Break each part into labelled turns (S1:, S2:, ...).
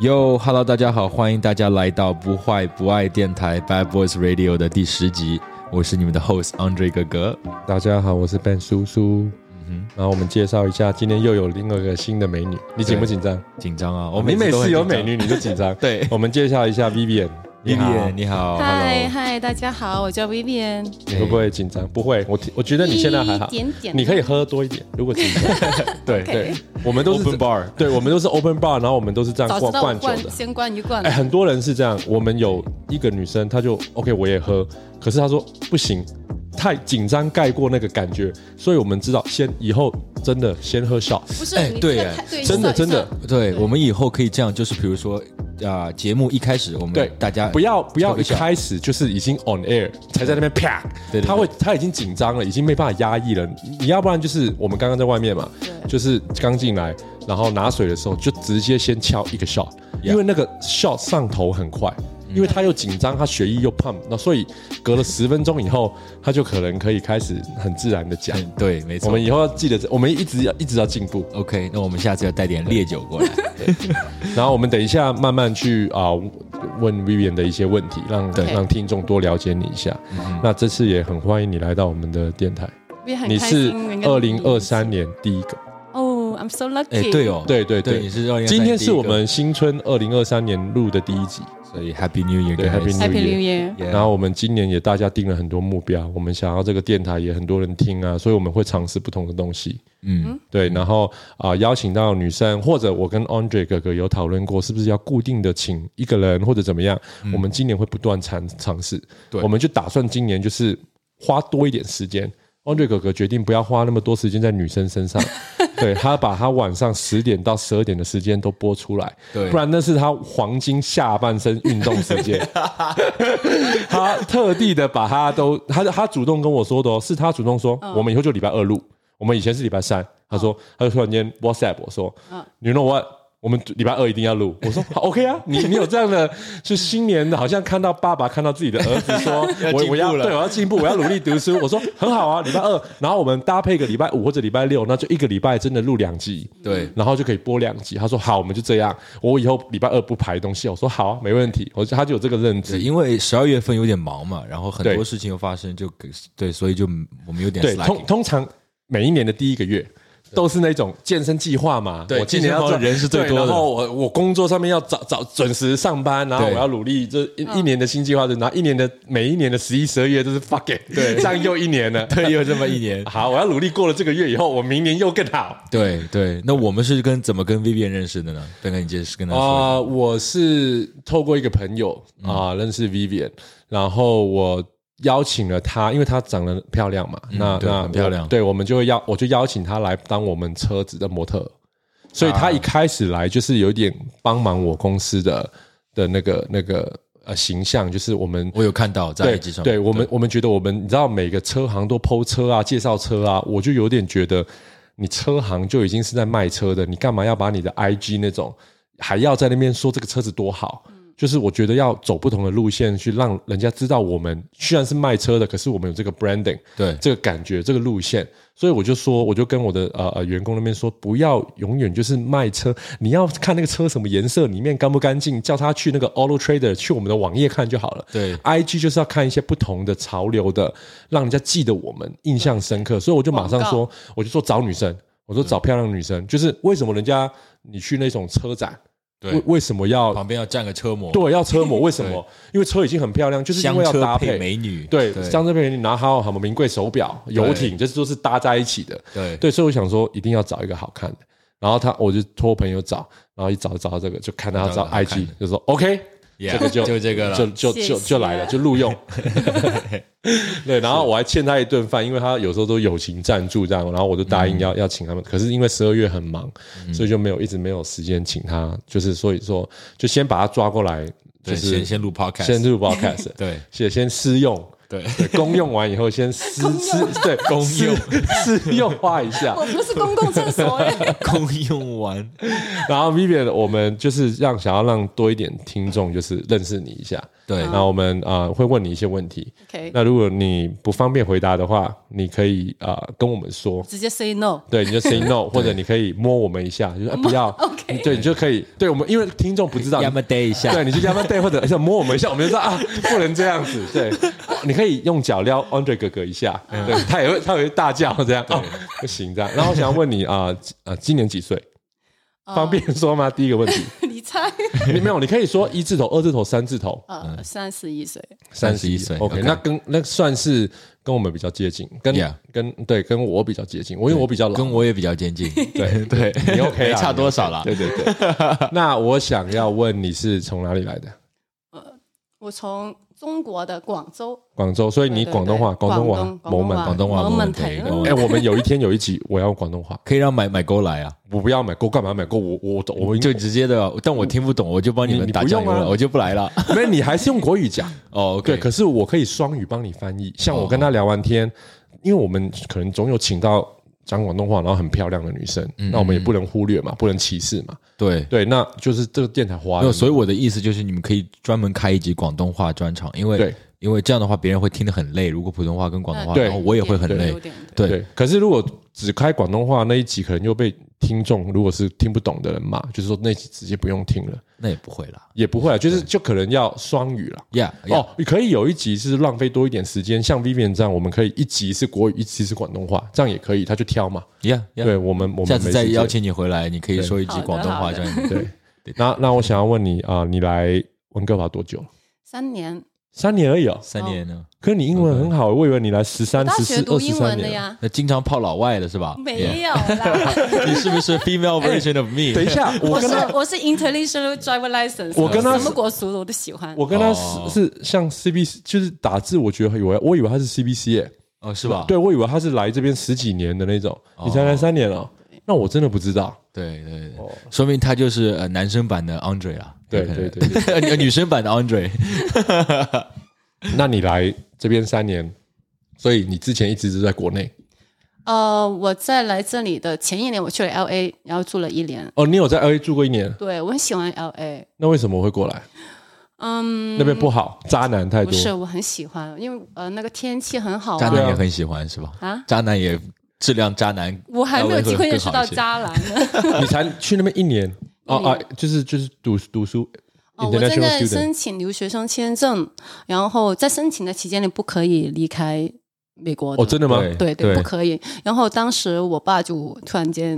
S1: 哟，Hello，大家好，欢迎大家来到不坏不爱电台 Bad Boys Radio 的第十集，我是你们的 host Andre 哥哥。
S2: 大家好，我是 Ben 叔叔。
S1: 嗯
S2: 然后我们介绍一下，今天又有另外一个新的美女，你紧不紧张？
S1: 哼，紧张啊，我
S2: 我你
S1: 每
S2: 每
S1: 都
S2: 次
S1: 很
S2: 有
S1: 紧张。
S2: 美女你就紧张
S1: 对
S2: 我们介绍一下 Vivian，你好
S1: ，Vivian，你
S2: 哦
S1: 好，Hello，
S3: 嗨嗨，大家好，我叫 Vivian。
S2: 你会不会紧张？不会，我我觉得你现在还好
S3: 一，点点
S2: 你可以喝多一点，如果紧张。对对，我们都是
S1: Open bar
S2: 对我们都是 open bar，然后我们都是这样
S3: 早知
S2: 灌
S3: 道我
S2: 灌酒的
S3: 灌。先灌一灌
S2: 哎，，很多人是这样。我们有一个女生，她就 OK，我也喝，可是她说不行，太紧张盖过那个感觉，所以我们知道先以后真的先喝少。
S3: 不是
S1: 哎
S3: 你
S1: 对
S3: 这
S1: 哎
S3: 个太对
S2: 真的
S3: 上
S2: 真的
S1: 对我们以后可以这样，就是比如说啊、节目一开始我们
S2: 对，
S1: 大家
S2: 不要不要
S1: 特别
S2: 一
S1: 小
S2: 开始就是已经 on air 才在那边啪
S1: 对对，对
S2: 他会他已经紧张了，已经没办法压抑了。你你要不然就是我们刚刚在外面嘛，
S3: 对
S2: 就是刚进来，然后拿水的时候就直接先敲一个 shot，因为那个 shot 上头很快。
S1: 嗯
S2: 因为他又紧张，他血液又 pump，那所以 隔了十分钟以后，他就可能可以开始很自然的讲。
S1: 嗯对，没
S2: 我
S1: 错
S2: 们。以后要记得这，我们一直要一直要进步。
S1: OK，那我们下次要带点烈酒 过来。
S2: 然后我们等一下慢慢去啊、问 Vivian 的一些问题，让
S3: OK 嗯
S2: 让听众多了解你一下。那这次也很欢迎你来到我们的电台，
S3: 也很
S2: 你
S3: 开
S2: 是
S3: 心能跟
S2: 二零二三年第一个，
S3: 哦，I'm so
S1: 哎、
S3: lucky。
S1: 对哦，
S2: 对对
S1: 对，
S2: 对
S1: 你是2023
S2: 今天是我
S1: 第一个，
S2: 们新春二零二三年录的第一集，
S1: 所以 Happy New Year，
S2: 对
S1: guys
S2: ，Happy New
S3: ，Happy
S2: New
S3: New Year。
S1: Yeah
S2: 然后我们今年也大家定了很多目标，我们想要这个电台也很多人听啊，所以我们会尝试不同的东西。
S1: 嗯，
S2: 对，然后啊、邀请到女生，或者我跟 Andre 哥哥有讨论过，是不是要固定的请一个人或者怎么样？我们今年会不断尝尝试，
S1: 嗯对
S2: 我们就打算今年就是花多一点时间。Andre 哥哥决定不要花那么多时间在女生 身上，对他把他晚上十点到十二点的时间都播出来，
S1: 对
S2: 不然那是他黄金下半身运动时 间。他特地的把他都，他他主动跟我说的哦，是他主动说，我们以后就礼拜二录，我们以前是礼拜三。他说，他就突然间 WhatsApp 我说，你 you know what？我们礼拜二一定要录。我说好 OK 啊，你你有这样的，就新年的，好像看到爸爸看到自己的儿子 说，
S1: 进
S2: 我
S1: 步
S2: 我要
S1: 了
S2: 对我要进步，我要努力读书。我说很好啊，礼拜二，然后我们搭配个礼拜五或者礼拜六，那就一个礼拜真的录两集。
S1: 对
S2: 然后就可以播两集。他说好，我们就这样。我以后礼拜二不排东西。我说好啊，没问题。我他就有这个认知
S1: 对，。因为十二月份有点忙嘛，然后很多
S2: 对
S1: 事情又发生，就给对，所以就我们有点
S2: 对，通
S1: slacking
S2: 通常每一年的第一个月。都是那种健身计划嘛，
S1: 对
S2: 我今年要
S1: 健身
S2: 赚
S1: 房人是最多的
S2: 对然后我我工作上面要早早准时上班，然后
S1: 对
S2: 我要努力，这一
S1: 啊
S2: 一年的新计划，然后一年的每一年的十一十二月都是 fuck it，对， 这样又一年了。
S1: 对，有这么一年。
S2: 好，我要努力过了这个月以后，我明年又更好。
S1: 对对，那我们是跟怎么跟 Vivian 认识的呢？刚刚你介是跟他说，嗯
S2: 啊、我是透过一个朋友啊、认识 Vivian，然后我邀请了她，因为她长得漂亮嘛，那
S1: 嗯对
S2: 那
S1: 很
S2: 我
S1: 漂亮
S2: 对，我们就会邀，我就邀请她来当我们车子的模特儿，所以她一开始来就是有点帮忙我公司的的那个那个呃形象，就是我们
S1: 我有看到在
S2: 对
S1: IG 上面，
S2: 对我们我们觉得我们你知道每个车行都剖车啊，介绍车啊，我就有点觉得你车行就已经是在卖车的，你干嘛要把你的 IG 那种还要在那边说这个车子多好？
S1: 嗯
S2: 就是我觉得要走不同的路线，去让人家知道我们虽然是卖车的，可是我们有这个 branding，
S1: 对
S2: 这个感觉、这个路线，所以我就说，我就跟我的呃呃员工那边说，不要永远就是卖车，你要看那个车什么颜色，里面干不干净，叫他去那个 Auto Trader 去我们的网页看就好了。
S1: 对
S2: ，IG 就是要看一些不同的潮流的，让人家记得我们，印象深刻。所以我就马上说，我就说找女生，我说找漂亮女生，就是为什么人家你去那种车展，
S1: 对
S2: 为为什么要
S1: 旁边要站个车模，
S2: 对要 车模？为什么？因为车已经很漂亮，就是因
S1: 香
S2: 为要
S1: 车
S2: 搭
S1: 配
S2: 配。
S1: 美女，
S2: 对，像这边你拿还有什么名贵手表、游艇，这都是搭在一起的。
S1: 对
S2: 对，所以我想说一定要找一个好看的。然后他，我就托朋友找，然后一找找到这个，就看到他
S1: 找
S2: 找
S1: 到好看
S2: IG，就说 OK，
S1: Yeah，
S2: 这个就
S1: 就这个了
S2: 就就
S3: 谢
S2: 就
S3: 谢
S2: 就来 了，就 录用。对，然后我还欠他一顿饭，因为他有时候都友情赞助这样，然后我就答应
S1: 嗯
S2: 要、要请他们，可是因为十二月很忙，所以就没有一直没有时间请他，就是所以说就先把他抓过来，
S1: 对，
S2: 就是
S1: 先先录 podcast，
S2: 先录 podcast，
S1: 对
S2: 先先试用，
S1: 对
S2: 对，公用完以后先 私私对公
S1: 用
S2: 私用化一下
S3: 我，不是公共厕所 哎，
S1: 公用完，
S2: 然后 Vivian 我们就是让想要让多一点听众就是认识你一下，
S1: 对
S2: 然后我们啊、呃会问你一些问题，
S3: OK，
S2: 那如果你不方便回答的话，你可以啊、呃跟我们说。
S3: 直接 say no。
S2: 对，你就 say no，或者你可以摸我们一下，就是、哎不要
S3: OK
S2: 你对，你就可以对我们，因为听众不知道
S1: 要，么逮一下，
S2: 对，你就加班 day 或者像摸我们一下，我们就知道啊，不能这样子。对，你可以用脚撩 Andre 哥哥一下，
S1: 嗯
S2: 对他也会他也会大叫这样，哦，不行这样。然后我想要问你啊啊，今年几岁？方便说吗？第一个问 题，
S3: 你猜？
S2: 你没有，你可以说一字头、二字头、三字头，
S3: 呃，三十一岁，
S1: 31岁
S2: OK，
S1: OK
S2: 那跟那算是跟我们比较接近，跟
S1: Yeah
S2: 跟对跟我比较接近，我因为我比较老，
S1: 跟我也比较接近，
S2: 对对，你 OK
S1: 没
S2: 啊
S1: 差多少啦
S2: 对对对。那我想要问你是从哪里来的？
S3: 我从中国的广州，
S2: 广州，所以你
S3: 对对
S2: 广东话，
S3: 对
S2: 广东
S3: 广东
S2: 话，某
S3: 广东
S2: 门
S3: 话
S1: 广东话
S3: 我们
S1: 对
S3: 台嗯
S2: 哎、我们有一天有一集我要用广东话，
S1: 可以让买买勾来啊，
S2: 我不要买够干嘛买够？我我我 我
S1: 就直接的，但我听不懂，我就帮你
S2: 你
S1: 们
S2: 你
S1: 打
S2: 不
S1: 酱
S2: 用
S1: 油
S2: 啊
S1: 了，我就不来 了。
S2: 没有你还是用国语讲，
S1: 哦
S2: 对，
S1: ，OK，
S2: 可是我可以双语帮你翻译。像我跟他聊完天，因为我们可能总有请到讲广东话然后很漂亮的女生，那我们也不能忽略嘛，不能歧视嘛。
S1: 对。
S2: 对，那就是这个电台花
S1: 没有，
S2: 了，
S1: 所以我的意思就是，你们可以专门开一集广东话专场，因为
S2: 对
S1: 因为这样的话，别人会听得很累。如果普通话跟广东话，
S2: 对
S1: 然后我也会很累
S3: 有。点
S1: 对，
S2: 对。可是如果只开广东话那一集，可能又被听众如果是听不懂的人骂，就是说那集直接不用听了，
S1: 那也不会啦。
S2: 也不会啊，就是就可能要双语了。
S1: Yeah，
S2: 哦，可以有一集是浪费多一点时间，像 Vivian 这样，我们可以一集是国语，一集是广东话，这样也可以，他就挑嘛。
S1: yeah，
S2: 对我们，我们
S1: 下次
S2: 没
S1: 再
S2: 时间
S1: 邀请你回来，你可以说一
S3: 好
S1: 集
S3: 的
S1: 广东
S3: 好
S1: 话
S3: 的
S1: 专场。
S2: 对，那那我想要问你啊、你来温哥华多久了？
S3: 三年，
S2: 三年而已哦。
S1: 三年呢？
S2: 可是你英文很好，我以为你来十三、
S3: 大
S2: 十
S3: 学
S2: 四、
S3: 读
S2: 二十
S3: 英
S2: 三
S3: 文的
S2: 年。
S3: 呀，
S1: 那经常泡老外的是吧？
S3: 没有啦。
S1: Yeah，你是不是 female version of me？
S2: 哎等一下，我
S3: 我
S2: 跟
S3: 是
S2: 他，
S3: 我是 international driver license，
S2: 我跟他
S3: 什么国俗的我都喜欢。
S2: 我跟他
S1: 哦
S2: 是是像 CBC，就是打字，我觉得以为我以为他是 CBC 耶、
S1: 哦，是吧？
S2: 对我以为他是来这边十几年的那种，你才来三年哦，那我真的不知道。
S1: 对对对，说明他就是呃男生版的 Andre 啦。
S2: 哦对
S1: 有可能
S2: 对对
S1: 呃女生版的 Andre。
S2: 那你来这边三年，所以你之前一直是在国内
S3: 呃，我在来这里的前一年，我去了 L A，然后住了一年。
S2: 哦，你有在 LA 住过一年，
S3: 对我很喜欢 L A，
S2: 那为什么会过来？
S3: 嗯，
S2: 那边不好，渣男太
S3: 不
S2: 多。
S3: 是我很喜欢，因为呃那个天气很好
S1: 渣
S3: 啊。
S1: 男也很喜欢是吧？
S3: 啊
S1: 渣男也质量渣男，
S3: 我还没有机会认识
S1: 稍
S3: 到
S1: 微会更好
S3: 渣男呢。
S2: 你才去那边一年哦
S3: 一
S2: 啊
S3: 年，
S2: 就是就是读读书
S3: 哦，我正
S2: ，international
S3: 在
S2: student
S3: 申请留学生签证，然后在申请的期间你不可以离开美国的。
S2: 哦，真的吗？
S1: 对
S3: 对
S1: 对
S3: 对，不可以。然后当时我爸就突然间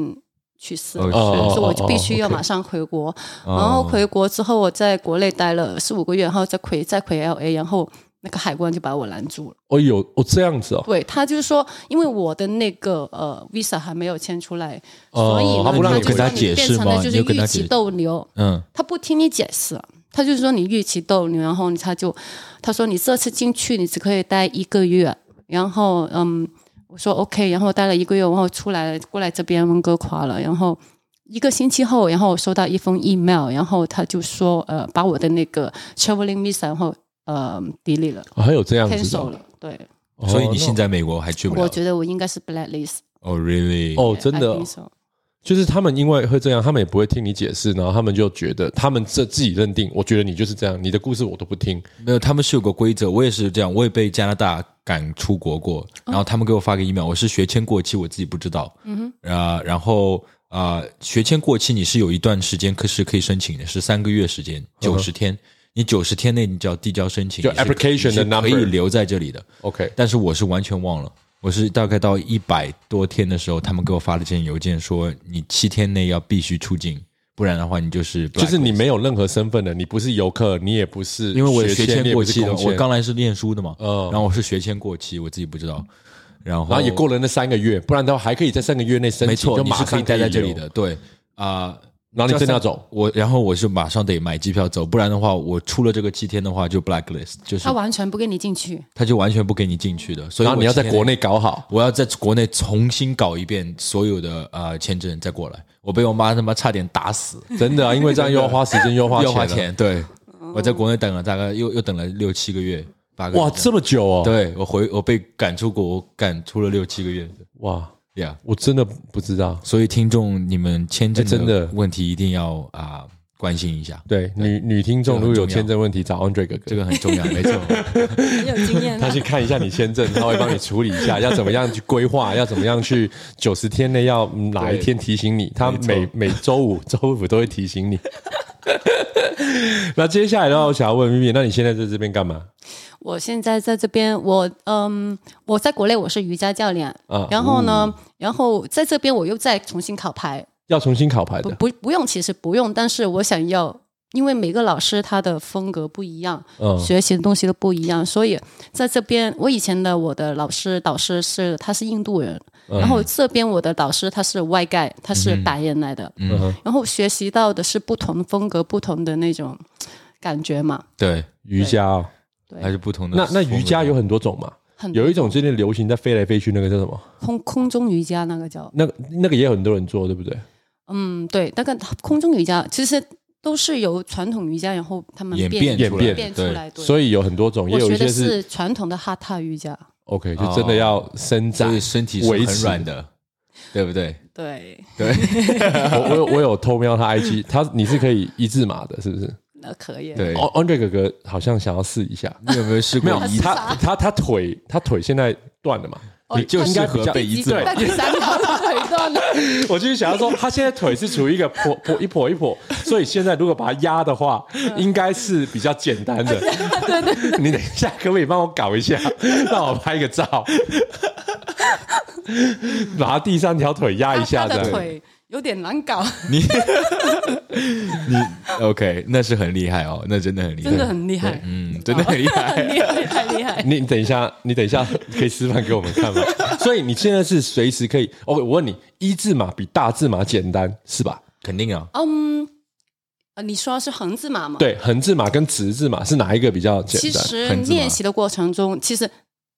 S3: 去世了
S1: 一些。。
S2: 哦
S1: 哦
S3: 所以我就必须要
S2: OK
S3: 马上回国。
S1: 哦
S3: 然后回国之后，我在国内待了四五个月，然后再回再回 L A，然后那个海关就把我拦住了。
S2: 哦有哦这样子哦，
S3: 对他就是说，因为我的那个呃 visa 还没有签出来，
S2: 哦
S3: 所以
S2: 他
S3: 呢，
S2: 不让你
S3: 就
S2: 跟他
S3: 说
S1: 解
S3: 你
S1: 释
S3: 变成
S1: 吗
S3: 了就
S1: 你
S3: 是
S1: 就跟他
S3: 逾
S1: 解
S3: 期逗留，
S1: 嗯，
S3: 他不听你解释，他就是说你逾期逗留，然后他就他说你这次进去你只可以待一个月，然后嗯，我说 OK，然后待了一个月，然后出来了过来这边温哥华了，然后一个星期后，然后我收到一封 email，然后他就说呃把我的那个 traveling visa 然后呃 delete 了
S2: 哦还有这样子的
S3: ，cancel
S2: 哦，
S3: 了，对，
S2: 哦
S1: 所以你现在美国还去不了
S3: 我？觉得我应该是 blacklist，
S1: 哦，really？
S2: 那哦真的
S3: I
S2: 哦
S3: think，so
S2: 就是他们因为会这样，他们也不会听你解释，然后他们就觉得他们这自己认定，我觉得你就是这样，你的故事我都不听。
S1: 没有，他们是有个规则，我也是这样，我也被加拿大赶出国
S3: 哦
S1: 过，然后他们给我发个 email，我是学签过期，我自己不知道，嗯哼，啊、然后啊、呃学签过期你是有一段时间可是可以申请的，是三个月时间，九十天，你九十天内你只要递交申请，
S2: 嗯就
S1: 你是
S2: application
S1: 你是
S2: 的
S1: 可
S2: number
S1: 以留在这里的，
S2: OK，
S1: 但是我是完全忘了，我是大概到一百多天的时候，他们给我发了件邮件说，你七天内要必须出境，不然的话你就是
S2: 就是你
S1: blacklist
S2: 没有任何身份的，你不是游客，你也不是
S1: 因为我学
S2: 学
S1: 签过期
S2: 的，
S1: 的，我刚来是念书的嘛，
S2: 嗯
S1: 然后我是学签过期，我自己不知道，然后
S2: 然后也过了那三个月，不然的话还可以在三个月内申请，
S1: 没错，
S2: 就
S1: 你
S2: 马
S1: 是
S2: 上
S1: 可以待在这里
S2: 留。
S1: 的，对啊，
S2: 然后你真的要走，
S1: 我然后我是马上得买机票走，不然的话我出了这个七天的话就 blacklist，就是
S3: 他完全不跟你进去，
S1: 他就完全不给你进去的，所以
S2: 然后你
S1: 我
S2: 要
S1: 今
S2: 在
S1: 天
S2: 国。内搞好。
S1: 我要在国内重新搞一遍所有的呃签证再过来，我被我妈他妈差点打 死，
S2: 真的啊，因为这样又要花时间，又要花
S1: 要花钱。
S2: 钱了。
S1: 对，我在国内等了大概又又等了六七个月，八个月
S2: 哇，
S1: 这样
S2: 这么久哦！，
S1: 对我回我被赶出国，我赶出了六七个月。
S2: 哇，
S1: 呀、
S2: 我真的不知道。
S1: 所以听众，你们签证
S2: 哎真的
S1: 问题一定要啊、关心一下，
S2: 对女女听众如果有签证问题，找 Andre 哥哥，
S1: 这个很 重要，没错。
S4: 很有经验
S2: 他
S4: 啊。
S2: 去看一下你签 证，他会帮你处理一下，要怎么样去规划，要怎么样去九十天内要嗯哪一天提醒你，他每每周五 周五都会提醒你。 那接下来的话，我想要问咪咪，那你现在在这边干嘛？
S3: 我现在在这边，我嗯，我在国内我是瑜伽教练，
S2: 啊
S3: 然后呢，然后在这边我又再重新考牌，
S2: 要重新考牌
S3: 不
S2: 的，
S3: 不不用，其实不用，但是我想要，因为每个老师他的风格不一样，
S2: 嗯
S3: 学习的东西都不一样，所以在这边我以前的我的老师导师是他是印度人，
S2: 嗯
S3: 然后这边我的导师他是外盖，他是白人来的，
S2: 嗯哼，
S3: 然后学习到的是不同风格、不同的那种感觉嘛，
S1: 对，
S2: 瑜伽哦，
S3: 对，
S1: 哎还是不同的
S2: 那
S1: 风格。
S2: 那瑜伽有很多种嘛？
S3: 很
S2: 有一种最近流行在飞来飞去，那个叫什么？
S3: 空空中瑜伽那个叫。
S2: 那个那个也有很多人做，对不对？
S3: 嗯，对，那个空中瑜伽其实都是由传统瑜伽，然后他们
S1: 演
S3: 变
S1: 变
S2: 演
S1: 出
S2: 变
S1: 来，
S3: 变出
S1: 对，
S3: 来。对，
S2: 所以有很多种，也
S3: 我
S2: 有一
S3: 学
S2: 些
S3: 的
S2: 是
S3: 是传统的哈塔瑜伽。
S2: OK，就真的要伸展
S1: 所以。身体是
S2: 维
S1: 很
S2: 持
S1: 软的，对不对？
S4: 对，
S1: 对，
S2: 我我有我有偷瞄他 IG，他你是可以一字马的，是不是？
S3: 那可以，
S1: 对。
S2: 哦，Andre 哥哥好像想要试一下，
S1: 你有没有试过一？
S2: 他他他腿他腿现在断了嘛？
S3: 哦
S1: 你就适合被一字
S2: 对
S1: 马
S3: 那。第三条腿 断了，
S2: 我就是想要说，他现在腿是处于一个跛跛一跛一跛，所以现在如果把它压的话，
S3: 嗯
S2: 应该是比较简单 的。对对你等一下可不可以帮我搞一下，让我拍个 照？拿第三条腿压一下
S3: 他
S2: 这
S3: 的
S2: 样。
S3: 腿有点难搞，
S1: OK，那是很厉害哦，那真的很厉害，
S3: 真的很哦厉害，
S1: 嗯，真的很厉害。
S3: 很厉害，太厉害。
S2: 你等一下，你等一下可以示范给我们看 吗？所以你现在是随时可以。OK，我问你，一字马比大字马简单是吧？
S1: 肯定啊，
S3: 嗯，呃你说是横字马吗？，
S2: 对，横字马跟直字马是哪一个比较简
S3: 其
S2: 单？
S3: 实
S1: 横字马
S3: 练习的过程中，其实。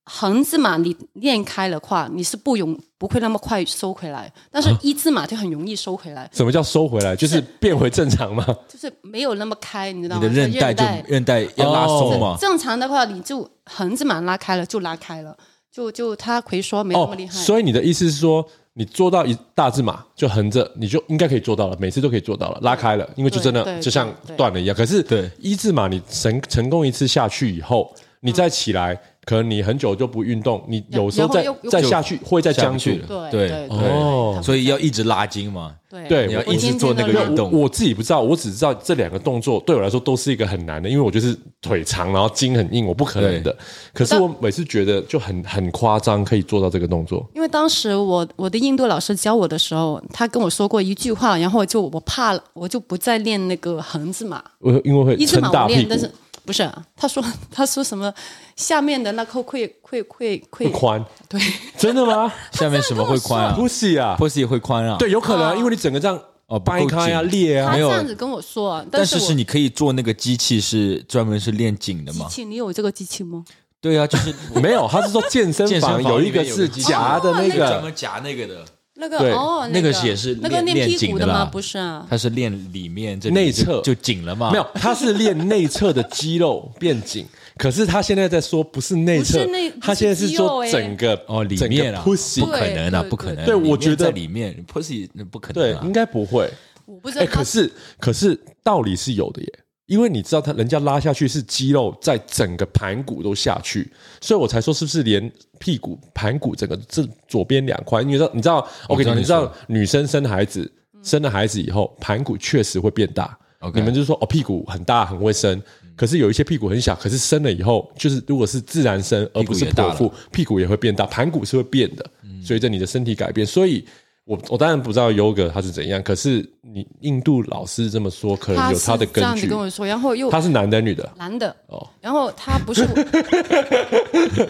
S3: 横字马你练开了胯，你是不容不会那么快收回来，但
S1: 啊
S3: 是一字马就很容易收回来，
S2: 什么叫收回来？就是变回正常吗？
S3: 就是没有那么开，你知道
S1: 你
S3: 吗？
S1: 的韧带就韧带要拉松嘛，
S3: 正常的话，你就横字马拉开了就拉开了，就就它回缩没有
S1: 哦
S3: 那么厉害。
S2: 哦所以你的意思是说，你做到一大字马就横着，你就应该可以做到了，每次都可以做到了，拉开了，因为就真
S3: 对
S2: 的
S3: 对
S2: 就像断了一样。可是
S1: 对
S2: 一字马你成成功一次下去以后，
S3: 嗯
S2: 你再起来，可能你很久就不运动，你有时候
S3: 然后
S2: 再
S3: 又又
S2: 再下去会再
S1: 下
S2: 僵
S1: 不
S2: 住
S1: 去。了。
S3: 对
S1: 对
S3: 对
S2: 哦
S1: 所以要一直拉筋嘛。
S3: 对
S2: 对
S1: 你要
S2: 我
S1: 一直做那个
S3: 我今天
S1: 运
S3: 真
S1: 动，
S2: 我自己不知道，我只知道这两个动作对我来说都是一个很难的，因为我就是腿长，然后筋很硬，我不可能的。可是我每次觉得就很很夸张，可以做到这个动作。
S3: 因为当时我我的印度老师教我的时候，他跟我说过一句话，然后就我怕了，我就不再练那个横字马，
S2: 我因为会
S3: 一字
S2: 撑
S3: 马
S2: 大
S3: 我
S2: 屁
S3: 练，
S2: 股
S3: 但，是不是、啊？他说他说什么下面的那扣会会会
S2: 会
S3: 会
S2: 宽，
S3: 对，
S2: 真的吗？
S1: 下面什么会宽 啊
S2: pussy 啊，
S1: ？pussy 会宽啊？
S2: 对，，有可能啊，因为你整个这样
S1: 哦不够
S2: 掰开啊、
S1: 紧
S2: 裂
S3: 他
S2: 啊
S1: 没，有
S3: 这样子跟我说，
S1: 但
S3: 是
S1: 是
S3: 我
S1: 是你可以做那个机器是专门是练紧的
S3: 机
S1: 嘛？
S3: 器，你有这个机器吗？
S1: 对啊，就是
S2: 没有，他是说健身
S1: 健身
S2: 房
S1: 房
S2: 有一个
S1: 里面有
S2: 是
S1: 个机器
S2: 夹的哦那
S1: 专
S2: 个，
S1: 门夹哦那个的，
S3: 那个
S2: 对
S3: 哦，
S1: 那
S3: 个
S1: 个也是
S3: 那个
S1: 练
S3: 练
S1: 练
S3: 屁
S1: 紧
S3: 股
S1: 的
S3: 吗？
S1: 啦
S3: 不是啊，
S1: 它是练里面这里
S2: 内侧
S1: 就就紧了嘛？
S2: 没有，他是练内侧的肌肉变紧。可是他现在在说不是内侧
S3: 不是内不，是
S2: 他现在是
S3: 肌肉
S2: 说
S3: 欸
S2: 整个
S1: 哦，里面啊，
S2: 整个 pussy
S1: 不可能啊，
S3: 对
S1: 不可能。
S2: 对对对
S1: 里面
S2: 我觉得
S1: 在里面 pussy 那不可能
S2: 对，
S1: 啊。
S2: 应该不会。
S3: 我不知
S2: 哎、
S3: 道他。
S2: 可是可是道理是有的耶，因为你知道他人家拉下去是肌肉在整个盘骨都下去，所以我才说是不是连屁股盘骨整个这左边两块，因为你知道你知道
S1: 我
S2: ，OK，
S1: 知道你
S2: 你们知道女生生孩子生了孩子以后盘骨确实会变大。
S1: OK 嗯
S2: 你们就说哦，屁股很大，很会生，可是有一些屁股很小，可是生了以后，就是如果是自然生，而不
S1: 屁股
S2: 是
S1: 也大嗯
S2: 剖腹，屁股也会变大，盘骨是会变的，随着你的身体改变。所以我我当然不知道 yoga 它是怎样，可是你印度老师这么说，可能有
S3: 是
S2: 的
S3: 这
S2: 根
S3: 样子
S2: 据。
S3: 跟我说，然后又，
S2: 他是男的女的
S3: 男的
S2: 哦
S3: 然后他不是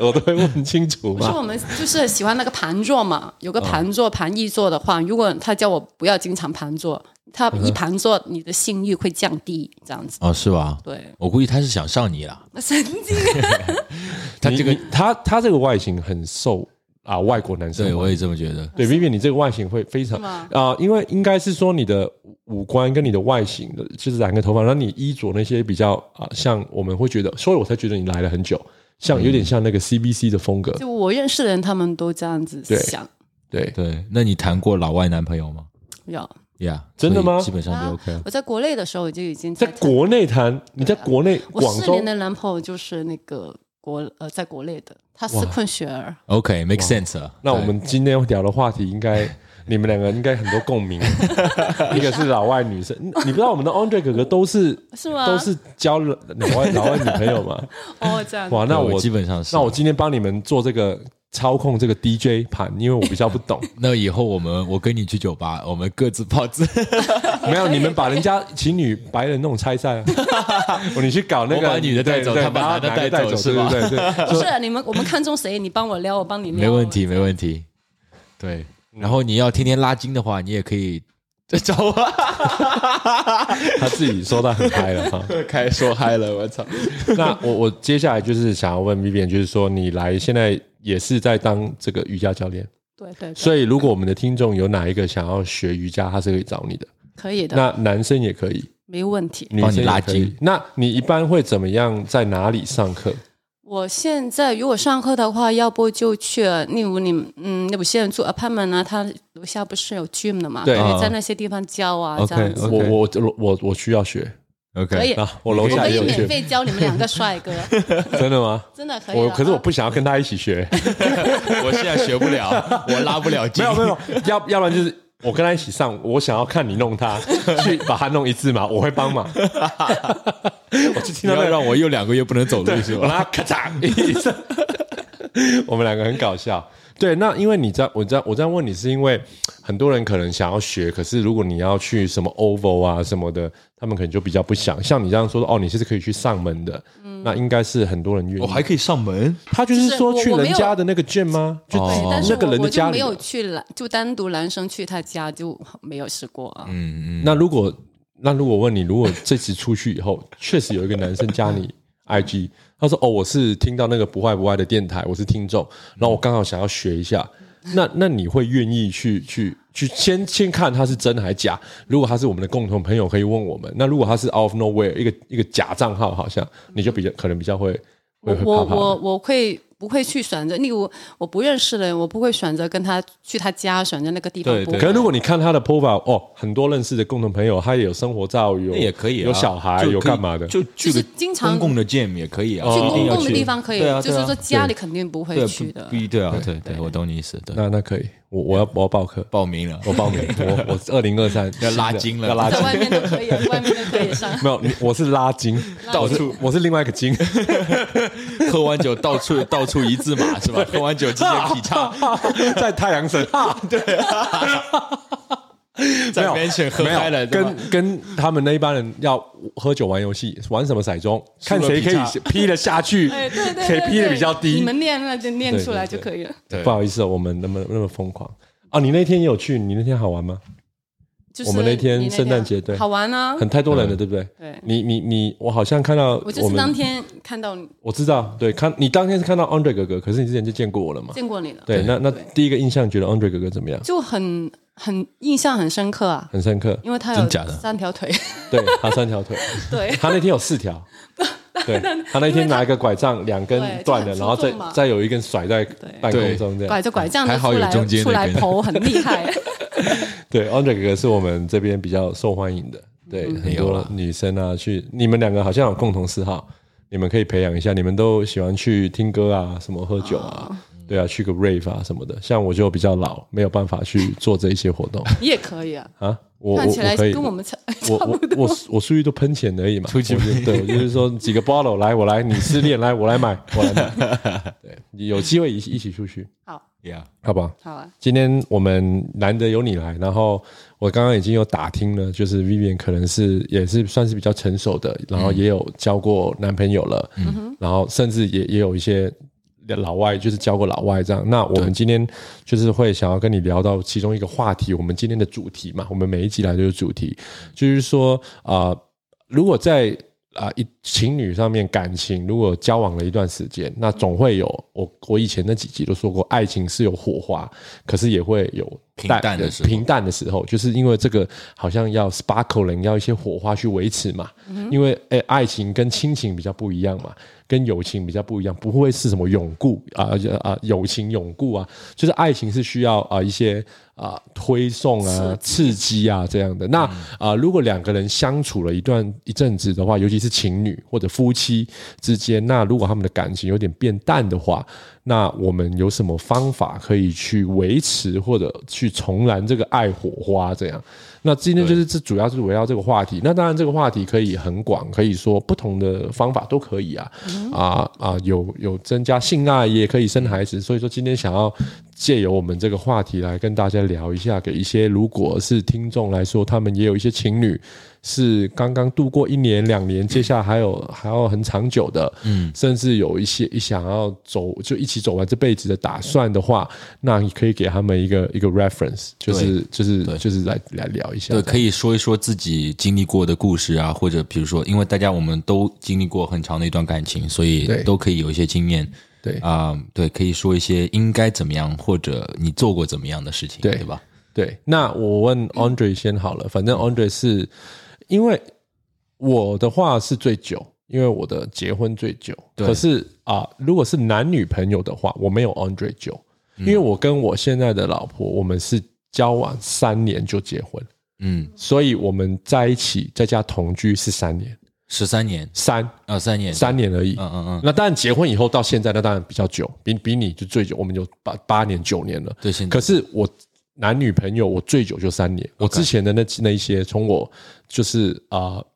S2: 我都会问清楚
S3: 不是
S2: 嘛。
S3: 我们就是喜欢那个盘坐嘛，有
S2: 嗯
S3: 个盘坐、盘翼坐的话，如果他叫我不要经常盘坐，他
S2: 嗯
S3: 一盘坐你的性欲会降低，这样子。
S1: 哦，是吧？
S3: 对，
S1: 我估计他是想上你啦。
S3: 神经
S2: 他这个他他这个外形很受啊外国男生
S1: 对，
S2: 欢迎
S1: 我也这么觉得。
S2: 对，Vivian，你这个外形会非常啊
S3: 吗、
S2: 因为应该是说你的五官跟你的外形的，就是染个头发，然后你衣着那些比较啊、像我们会觉得，所以我才觉得你来了很久，
S1: 嗯
S2: 像有点像那个 CBC 的风格。
S3: 就我认识的人，他们都这样子想。
S2: 对，
S1: 对，那你谈过老外男朋友吗？
S3: 要
S1: ，Yeah，
S2: 真的吗
S1: 所以基本上就 OK 了。
S3: 我在国内的时候我就已经
S2: 在
S3: 谈
S2: 国内谈，你在国内
S3: 啊我
S2: 广
S3: 四
S2: 州
S3: 年的男朋友就是那个国呃，在国内的，他是混血儿，
S1: OK，make sense 啊。
S2: 那我
S1: 对
S2: 们今天聊的话题应该。你们两个应该很多共 鸣，一个是老外女生，你你不知道我们的 Andre 哥哥都是
S3: 是吗？
S2: 都是交了老外老外女朋友嘛？
S3: 哦，这样子
S2: 哇，那
S1: 对
S2: 我
S1: 基本上是。
S2: 那我今天帮你们做这个操控这个 DJ 盘，因为我比较不 懂。
S1: 那以后我们我跟你去酒吧，我们各自泡 自。
S2: 没有，你们把人家情侣白人弄拆散、啊， 你去搞那
S1: 我
S2: 个
S1: 把女的带走
S2: 对对
S1: 他把男的
S2: 把
S1: 带
S2: 男带
S1: 走
S2: 走，
S1: 是吧
S2: 对对对。对
S3: 不 是啊你们我们看中谁，你帮我撩，我帮你
S1: 没
S3: 撩，
S1: 问题，没问题。对，
S2: 嗯
S1: 然后你要天天拉筋的话，你也可以找 我。
S2: 他自己说到很嗨了哈。
S1: 开说嗨了，我操！
S2: 那我我接下来就是想要问 Vivian，就是说你来现在也是在当这个瑜伽教练，
S3: 对对，对
S2: 所以如果我们的听众有哪一个想要学瑜伽，他是可以找你的。
S3: 可以的，
S2: 那男生也可以，
S3: 没问题。
S2: 女
S1: 帮
S2: 生
S1: 你
S2: 也
S1: 拉
S2: 可以
S1: 筋。
S2: 那你一般会怎么样？在哪里上 课？
S3: 我现在如果上课的话，要不就去，例如你嗯，那我现在住 apartment 啊，他楼下不是有 gym 的嘛，
S2: 对哦
S3: 可以
S1: 啊
S3: 在那些地方教啊，
S1: OK，
S3: 这样子
S1: OK
S2: 我我我我我需要学
S1: OK，
S3: 可以，
S2: 啊！ 我楼
S3: 我
S2: 下
S3: 可
S2: 也
S3: 以
S2: 有学
S3: 免，费教你们两个 帅哥，
S2: 真的吗？
S3: 真的可以啊
S2: 我
S3: 了。
S2: 可是我不想要跟他一起 学，
S1: 我现在学不了，我拉不了筋。
S2: 没有没有，要要不然就是我跟他一起上，我想要看你弄他，去把他弄一次嘛，我会帮 忙。我就
S1: 你
S2: 听到那
S1: 要
S2: 个
S1: 让我又两个月不能走路是
S2: 我
S1: 吧？
S2: 让他咔嚓一声，我们两个很搞笑。对，那因为你在我在我在问你，是因为很多人可能想要学，可是如果你要去什么 OVO 啊什么的，他们可能就比较不想。像你这样说的，哦，你是可以去上门的，那应该是很多人愿意。
S1: 我还可以上门，
S2: 他就是说
S3: 嗯就是
S2: 去
S3: 我我没
S2: 人
S3: 有
S2: 家的那个 gym 吗？就
S1: 哦
S3: 对，但是
S2: 那个
S3: 我
S2: 人
S3: 我
S2: 的
S3: 就
S2: 家
S3: 没
S2: 里
S3: 有
S2: 的。
S3: 去男，就单独男生去他家就没有试过啊。
S1: 嗯嗯，
S2: 那如果那如果问你，如果这次出去以后，确实有一个男生加 你 IG，他说：“哦，我是听到那个不坏不坏的电台，我是听众，然后我刚好想要学一下。
S1: 嗯
S2: 那”那你会愿意去去去先先看他是真还假？如果他是我们的共同朋友，可以问我们。那如果他是 out of nowhere 一个一个假账号，好像你就比较可能比较会会
S3: 我
S2: 会
S3: 我
S2: 怕怕。
S3: 我我会不会去选择？例如我不认识的人，我不会选择跟他去他家，选择那个地方
S1: 对
S3: 不
S1: 对
S3: 会。
S2: 可是如果你看他的 profile，哦，很多认识的共同朋友，他也有生活照，有
S1: 那也可以啊，
S2: 有小孩，
S1: 就可以
S2: 有干嘛的？
S1: 就去
S3: 就
S1: 个
S3: 是经
S1: 公
S3: 常
S1: 共的 gym 也可以啊，
S3: 去
S1: 一定
S3: 公
S1: 要
S3: 共的
S1: 去
S3: 地方可以，
S1: 对啊
S3: 就
S1: 对
S3: 是
S1: 啊
S3: 说家里肯定不
S1: 对
S3: 会
S1: 啊
S3: 去的
S1: 不。必对啊，对对，我懂你意思，对，
S2: 那那可以，我我要我要报课。
S1: 报名了，
S2: 我报名，我我是二零二三
S1: 要拉筋了
S2: 要拉
S3: 在
S2: 筋。
S3: 外面都 可以，啊外面都可以上。
S2: 没有，你我是拉筋，
S1: 到
S2: 我是
S1: 处
S2: 我是另外一个筋，
S1: 喝完酒到 处到处一字马是吧？喝完酒直接劈 叉，
S2: 在太阳神，
S3: 啊
S2: 对，
S1: 在 mansion 喝
S2: 没有
S1: 开了，对吧
S2: 跟跟他们那一帮人要喝酒玩游戏，玩什么骰盅，看谁可
S1: 劈叉
S2: 以劈得下去
S3: 哎，对对，对
S2: 谁劈得比较
S3: 对你
S2: 低。
S3: 们练那就练出来就可以了。
S1: 对
S2: 不好意思哦，我们那么那么疯狂啊！你那天也有去，你那天好玩吗？
S3: 就是
S2: 我们那天
S3: 你那
S2: 圣诞节对
S3: 好玩啊。
S2: 很太多
S1: 嗯
S2: 人了，对不对？
S3: 对，
S2: 你你你，我好像看到
S3: 我
S2: 我
S3: 就是当
S2: 们，
S3: 天看到你
S2: 我知道，对，看你当天是看到 Andre 哥哥，可是你之前就见过我了嘛？
S3: 见过你了，
S2: 对，
S1: 对
S2: 那那第一个印象觉得 Andre 哥哥怎么样？
S3: 就很很印象很深刻啊，
S2: 很深刻，
S3: 因为他
S1: 真
S3: 有
S1: 假的
S3: 三 条腿，
S2: 对他三条腿，
S3: 对。
S2: 他那天有四 条，对他那天拿一个拐杖，两根
S3: 对
S2: 断
S3: 就
S2: 了，
S3: 很
S2: 然后再
S3: 粗重嘛
S2: 再有一根甩在半空中这
S3: 拐
S2: 样。
S3: 着拐杖
S1: 哎还
S3: 的
S1: 好
S3: 出
S1: 有
S3: 来
S1: 中间
S3: 出
S1: 那
S3: 来
S1: 根
S3: 头很厉害，啊
S2: 对，Andre 哥哥是我们这边比较受欢迎的，对，
S3: 嗯
S2: 很
S1: 有
S2: 多
S1: 啦
S2: 女生啊去，你们两个好像有共同嗜好，你们可以培养一下，你们都喜欢去听歌啊，什么喝酒
S3: 哦
S2: 啊。对啊，去个 rave 啊什么的，像我就比较老，没有办法去做这一些活动
S3: 你也可以啊，
S2: 啊。我我
S3: 看起来
S2: 我可以，
S3: 跟我们差
S2: 我
S3: 差
S2: 我
S3: 不多。
S2: 我我出去都喷钱而已嘛，
S1: 出去
S2: 我就对，我就是说几个 bottle 来，我来，你失恋来，我来买，我来买， 对，有机会一起一起出去，
S3: 好，
S1: ，Yeah，
S2: 好不好？
S3: 好啊，
S2: 今天我们难得有你来，然后我刚刚已经有打听了，就是 Vivian 可能是也是算是比较成熟的，然后也有交过男朋友了，然后甚至也也有一些老外，就是交过老外这样。那我们今天就是会想要跟你聊到其中一个话题，我们今天的主题嘛，我们每一集来都有主题，就是说啊、呃如果在啊、一情侣上面感情如果交往了一段时间，那总会有我我以前那几集都说过，爱情是有火花，可是也会有
S1: 平淡的时候，
S2: 平淡的时候，就是因为这个好像要 sparkling，要一些火花去维持嘛。因为诶、爱情跟亲情比较不一样嘛，跟友情比较不一样，不会是什么永固啊啊、啊友情永固啊，就是爱情是需要啊、一些啊、推送啊、刺激啊这样的。那啊、如果两个人相处了一段一阵子的话，尤其是情侣或者夫妻之间，那如果他们的感情有点变淡的话，那我们有什么方法可以去维持或者去重燃这个爱火花？这样，那今天就是这主要是围绕这个话题。那当然，这个话题可以很广，可以说不同的方法都可以啊，啊啊，有有增加性爱，也可以生孩子。所以说，今天想要借由我们这个话题来跟大家聊一下，给一些如果是听众来说，他们也有一些情侣是刚刚度过一年两年，接下来还有还要很长久的，嗯，甚至有一些一想要走就一起走完这辈子的打算的话，那你可以给他们一个一个 reference，就是就是就是来来聊一下，
S1: 对，可以说一说自己经历过的故事啊，或者比如说，因为大家我们都经历过很长的一段感情，所以
S2: 对
S1: 都可以有一些经验
S2: 对
S1: 啊、对，可以说一些应该怎么样，或者你做过怎么样的事情，
S2: 对
S1: 对吧？
S2: 对，那我问 Andre 先好了，反正 Andre 是因为我的话是最久，因为我的结婚最久。
S1: 对
S2: 可是啊、如果是男女朋友的话，我没有 Andre 久，
S1: 嗯
S2: 因为我跟我现在的老婆，我们是交往三年就结婚，
S1: 嗯，
S2: 所以我们在一起在家同居是三年，
S1: 十三年
S2: 三
S1: 啊，三年，
S2: 三年而已。
S1: 嗯嗯嗯，
S2: 那当然，结婚以后到现在，那当然比较久，比比你就最久，我们有八八年九年了。
S1: 对，现在
S2: 可是我男女朋友，我最久就三年。我之前的那那一些，从我就是啊、呃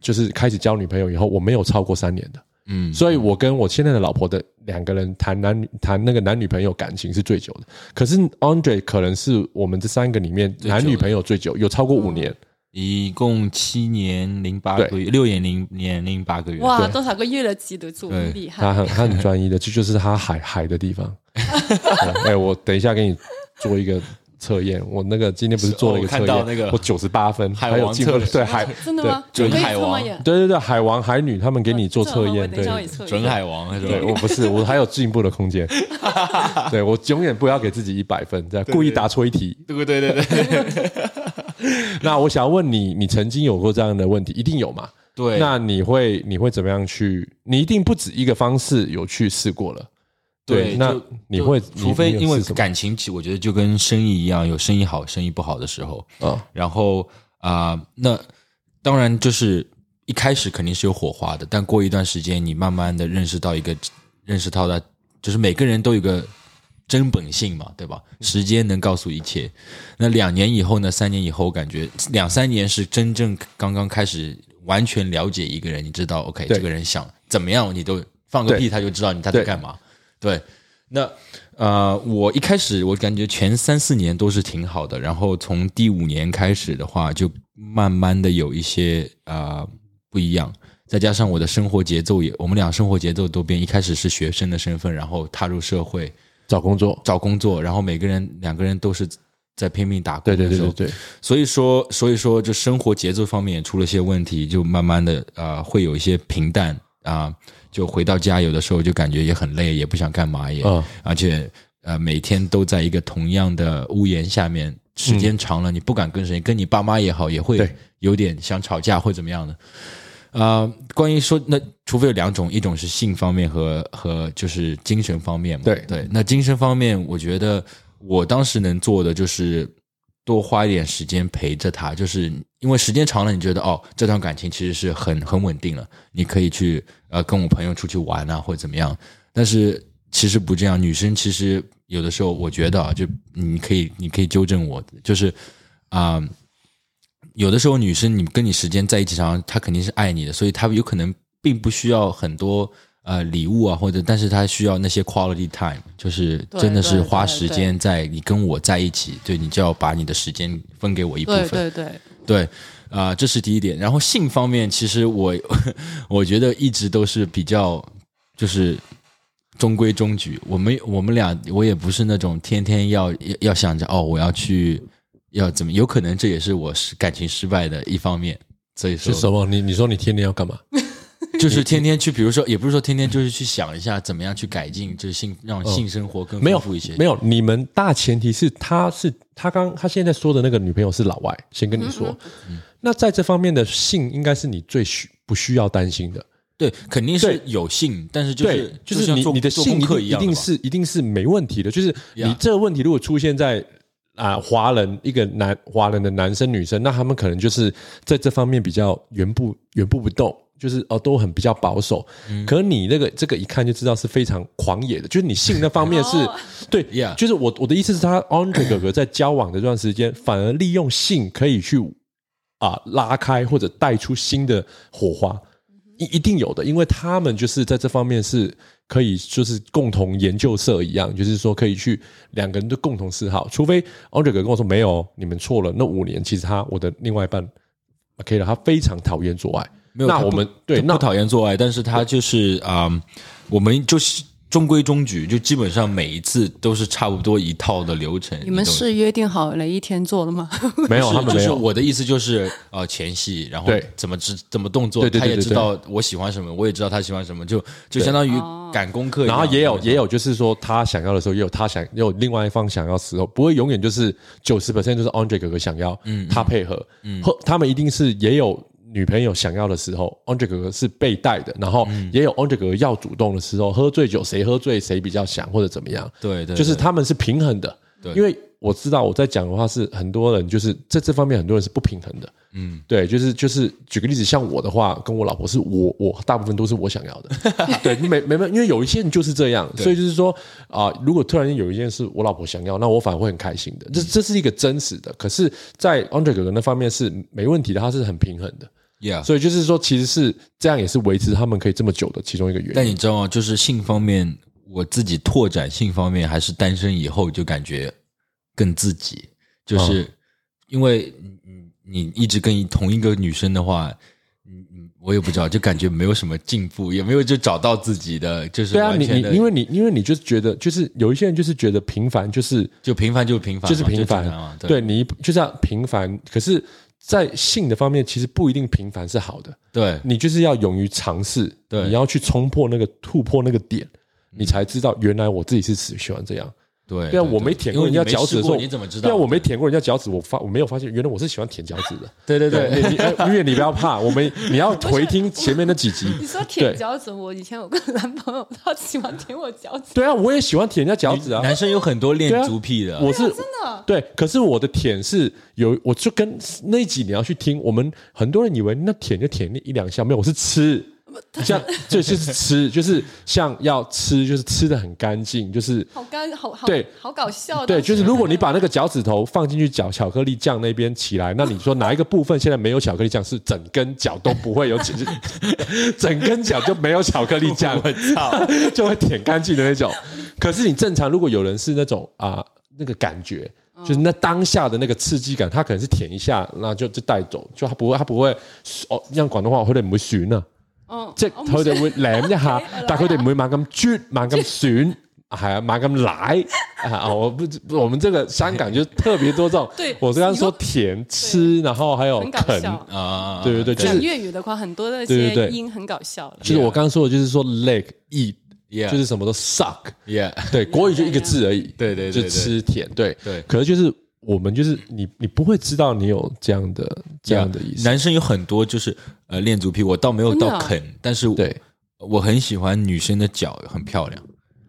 S2: 就是开始交女朋友以后，我没有超过三年的。
S1: 嗯，
S2: 所以我跟我现在的老婆的两个人谈男女谈那个男女朋友感情是最久的。可是 Andre 可能是我们这三个里面
S1: 久的嗯
S2: 男女朋友最久，有超过五年。
S1: 一共七年零八
S2: 对
S1: 个月，六年零年零八个月，
S3: 哇，
S2: 对
S3: 多少个月了，记得住，
S1: 对
S3: 厉
S2: 他
S3: 害！
S2: 很他很专一的，这就是他海海的地 方。对哎，我等一下给你做一个测验，我那个今天不是做了一个
S1: 是
S2: 测
S1: 哦我看到
S2: 验，
S1: 那个
S2: 我九十八分，
S1: 海
S2: 还有
S1: 王
S2: 进步
S1: 测试
S2: 对海
S3: 真的吗？
S1: 对
S3: 可以
S1: 准海
S3: 这么
S1: 王
S3: 也？
S2: 对对对，海王海女他们给你做测
S3: 这我
S2: 验，
S3: 等一
S2: 对
S3: 下我也测一下
S1: 准海王是吧？
S2: 对，我不 是，我还有进步的空间。对我永远不要给自己一百分，这样故意答错一题。
S1: 对对对对
S2: 那我想问你，你曾经有过这样的问题，一定有嘛？
S1: 对，
S2: 那你会你会怎么样去？你一定不止一个方式有去试过了。
S1: 对，
S2: 那
S1: 就
S2: 你
S1: 就
S2: 会，
S1: 除非因为
S2: 感
S1: 感情，其实我觉得就跟生意一样，有生意好、生意不好的时候。
S2: 啊，
S1: 然后啊、那当然就是一开始肯定是有火花的，但过一段时间，你慢慢的认识到一个，认识到的，就是每个人都有一个真本性嘛，对吧？
S2: 嗯
S1: 时间能告诉一切。那两年以后呢？三年以后，我感觉两三年是真正刚刚开始完全了解一个人，你知道，OK，
S2: 对
S1: 这个人想怎么样，你都放个
S2: 对
S1: 屁，他就知道你他在
S2: 对
S1: 干嘛。对，那呃，我一开始我感觉前三四年都是挺好的，然后从第五年开始的话，就慢慢的有一些呃不一样，再加上我的生活节奏也，我们俩生活节奏都变，一开始是学生的身份，然后踏入社会
S2: 找工作，
S1: 找工作，然后每个人两个人都是在拼命打工
S2: 对
S1: 的时
S2: 对
S1: 候，
S2: 对对对，
S1: 所以说，所以说，就生活节奏方面也出了些问题，就慢慢的啊、呃会有一些平淡啊、就回到家有的时候就感觉也很累，也不想干嘛也，
S2: 嗯
S1: 而且呃每天都在一个同样的屋檐下面，时间长了、你不敢跟谁，跟你爸妈也好，也会
S2: 对
S1: 有点想吵架或怎么样的。啊、关于说那，除非有两种，一种是性方面和和就是精神方面嘛。
S2: 对
S1: 对，那精神方面，我觉得我当时能做的就是多花一点时间陪着他，就是因为时间长了，你觉得哦，这段感情其实是很很稳定了，你可以去呃跟我朋友出去玩啊，或者怎么样。但是其实不这样，女生其实有的时候，我觉得啊，就你可以你可以纠正我，就是啊。有的时候女生你跟你时间在一起长，她肯定是爱你的，所以她有可能并不需要很多呃礼物啊，或者但是她需要那些 quality time，就是
S3: 对
S1: 真的是
S3: 对
S1: 花
S3: 对
S1: 时
S3: 对
S1: 间在你跟我在一起，对你就要把你的时间分给我一部
S3: 对
S1: 分。
S3: 对对，
S1: 对，啊、这是第一点。然后性方面，其实我 我觉得一直都是比较就是中规中矩。我们我们俩，我也不是那种天天要要要想着哦，我要去要怎么，有可能这也是我是感情失败的一方面。所以说
S2: 是，什么？你你说你天天要干嘛？
S1: 就是天天去，比如说，也不是说天天，就是去想一下怎么样去改进，就是性让性生活更
S2: 哦没
S1: 丰
S2: 有
S1: 富一些。
S2: 没有，你们大前提是他是他刚他现在说的那个女朋友是老外，先跟你说。
S1: 嗯
S2: 那在这方面的性，应该是你最需不需要担心的。
S1: 对，肯定是
S2: 对
S1: 有性，但是就
S2: 对
S1: 是，
S2: 就是
S1: 像
S2: 你
S1: 做
S2: 你的
S1: 做
S2: 性
S1: 功
S2: 一
S1: 课
S2: 定
S1: 一
S2: 一
S1: 样的
S2: 定
S1: 嘛
S2: 是一定是没问题的。就是你
S1: Yeah
S2: 这个问题如果出现在啊华人一个男华人的男生女生，那他们可能就是在这方面比较原步原步不动。就是哦，都很比较保守，
S1: 嗯
S2: 可你那个这个一看就知道是非常狂野的，就是你性那方面 是，对
S1: 哦 Yeah
S2: 就是我我的意思是他 Andre 哥哥在交往的这段时间，反而利用性可以去啊、拉开或者带出新的火花，一一定有的，因为他们就是在这方面是可以就是共同研究社一样，就是说可以去两个人都共同嗜好，除非 Andre 哥跟我说没有，你们错了，那五年其实他我的另外一半 OK 了，他非常讨厌做爱，
S1: 没有
S2: 那
S1: 他
S2: 我
S1: 不
S2: 们对
S1: 他
S2: 那
S1: 不讨厌做爱，但是他就是啊、嗯我们就是中规中矩，就基本上每一次都是差不多一套的流程。
S3: 你们
S1: 懂吗哦
S3: 是约定好了一天做了吗？
S2: 没有他们
S1: 就
S2: 没
S1: 是
S2: 有。
S1: 我的意思就是呃前戏，然后
S2: 对
S1: 怎么知怎么动作，
S2: 对对对
S1: 他也
S2: 对
S1: 知道我喜欢什么，我也知道他喜欢什么，就就相当于
S3: 哦
S1: 赶功课一
S2: 然
S1: 样。
S2: 后也有
S1: 对
S2: 也有，就是说他想要的时候，也有他想也有另外一方想要的时候，不会永远就是九十 percent 就是 Andre 哥哥想要，他配合，后他们一定是也有女朋友想要的时候，Andre 哥哥是被带的，然后也有 Andre 哥哥要主动的时候，喝醉酒谁喝醉谁比较想或者怎么样，
S1: 对对，
S2: 就是
S1: 对
S2: 他们是平衡的，
S1: 对
S2: 因为我知道我在讲的话是很多人就是在这方面很多人是不平衡的，嗯，对，就是就是举个例子，像我的话，跟我老婆是我我大部分都是我想要 的，对，没没没，因为有一些人就是这样，所以就是说啊、如果突然间有一件事我老婆想要，那我反而会很开心的，这这是一个真实的，可是，在 Andre 哥哥那方面是没问题的，他是很平衡的，
S1: yeah。
S2: 所以就是说其实是这样也是维持他们可以这么久的其中一个原因
S1: 但。你知道吗？就是性方面，我自己拓展性方面，还是单身以后就感觉更自己，
S2: 嗯
S1: 就是因为你你你一直跟同一个女生的话，嗯嗯，我也不知道，就感觉没有什么进步，也没有就找到自己的，就是
S2: 对啊，
S1: 完
S2: 你
S1: 全
S2: 你
S1: 的
S2: 因为你因为你就是觉得，就是有一些人就是觉得平凡就是
S1: 就平凡就是平凡嘛，
S2: 就是平
S1: 正常嘛
S2: 凡，
S1: 对
S2: 对你就是要平凡。可是，在性的方面，其实不一定平凡是好的，
S1: 对
S2: 你就是要勇于尝试，
S1: 对嗯
S2: 你要去冲破那个突破那个点，你才知道原来我自己是喜喜欢这样。
S1: 对
S2: 对啊，我没舔过人家脚趾的时
S1: 因为
S2: 候，
S1: 你没试过你怎么知道？
S2: 对啊，我没舔过人家脚趾，我发我没有发现，原来我是喜欢舔脚趾的。
S1: 对对对，
S2: 你，你呃因为你不要怕，我们你要回听前面那几 集。
S3: 你说
S2: 舔
S3: 舔
S2: 对
S3: 脚趾，我以前有个男朋友，他喜欢舔我脚趾，
S2: 对啊，我也喜欢舔人家脚趾啊。
S1: 男生有很多
S2: 对
S1: 恋
S2: 啊
S1: 足癖的，
S2: 我是
S3: 真的。
S2: 对，可是我的舔是有，我就跟那一集你要去听，我们很多人以为那舔就舔一两下，没有，我是 吃，像就是吃，就是像要吃，就是吃的很干净，就是
S3: 好干，好好
S2: 对
S3: 好搞笑的。
S2: 对，就是如果你把那个脚趾头放进去巧巧克力酱那边起来，那你说哪一个部分现在没有巧克力酱，是整根脚都不会有，整 整根脚就没有巧克力酱，我操，就会舔干净的那种。可是你正常，如果有人是那种啊、那个感觉。就是那当下的那个刺激感，他可能是舔一下，那就就带走，就他不会，他不会哦，用廣東話我哋唔會選啊。
S3: 嗯，
S2: 即係
S3: 我唔，。
S2: 佢哋會舐一下但係佢哋唔會猛咁啜、猛咁選，係啊，猛咁舐啊！我不，我們這個香港就特別多這種
S3: 對
S2: 我剛剛說甜吃，然後還有
S3: 很搞
S2: 啃。
S3: 笑。
S1: 啊，
S2: 对对对就是
S3: 讲粤语的话，很多那
S2: 对
S3: 些
S2: 对对
S3: 音很搞笑了。
S2: 其實我剛剛說的就是說 leg eat，
S1: Yeah
S2: 就是什麼都 suck。
S1: yeah，
S2: 對，國語就一個字而已。
S1: 對對對
S2: 就
S1: 對
S2: 吃甜。對
S1: 對
S2: 可是就是我們就是你，你不會知道你有这样的这样的意思。
S1: 男生有很多就是呃恋足癖，我倒没有
S3: 真的
S1: 到
S3: 啊
S1: 啃，但是我
S2: 对，
S1: 我很喜欢女生的脚很漂亮。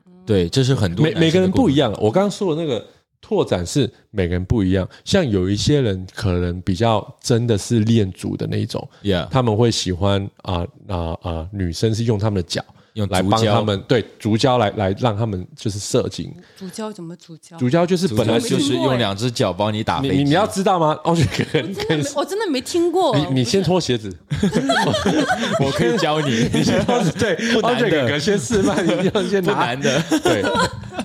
S3: 嗯
S1: 对，这是很多
S2: 每每个人不一
S1: 样。
S2: 样。我刚刚说的那个拓展是每个人不一样，像有一些人可能比较真的是恋足的那一种，
S1: Yeah，
S2: 他们会喜欢啊啊啊，女生是用他们的脚
S1: 用
S2: 来
S1: 足
S2: 帮
S1: 嗯胶
S2: 他们，对足胶来来让他们就是射精。
S3: 主教怎么主教？
S2: 足胶就是本来
S1: 就
S2: 就是是
S1: 用两只脚帮你打
S2: 你
S1: 飞机
S2: 你你要知道吗？哦，这个人可以
S3: 没我真的没听过。
S2: 你你先脱鞋子，
S1: 我可以教 你，你先
S2: 脱对，
S1: 不难
S2: 哦这
S1: 的
S2: 个哥先 示范，你要先
S1: 不
S2: 拿
S1: 难，的。
S2: 对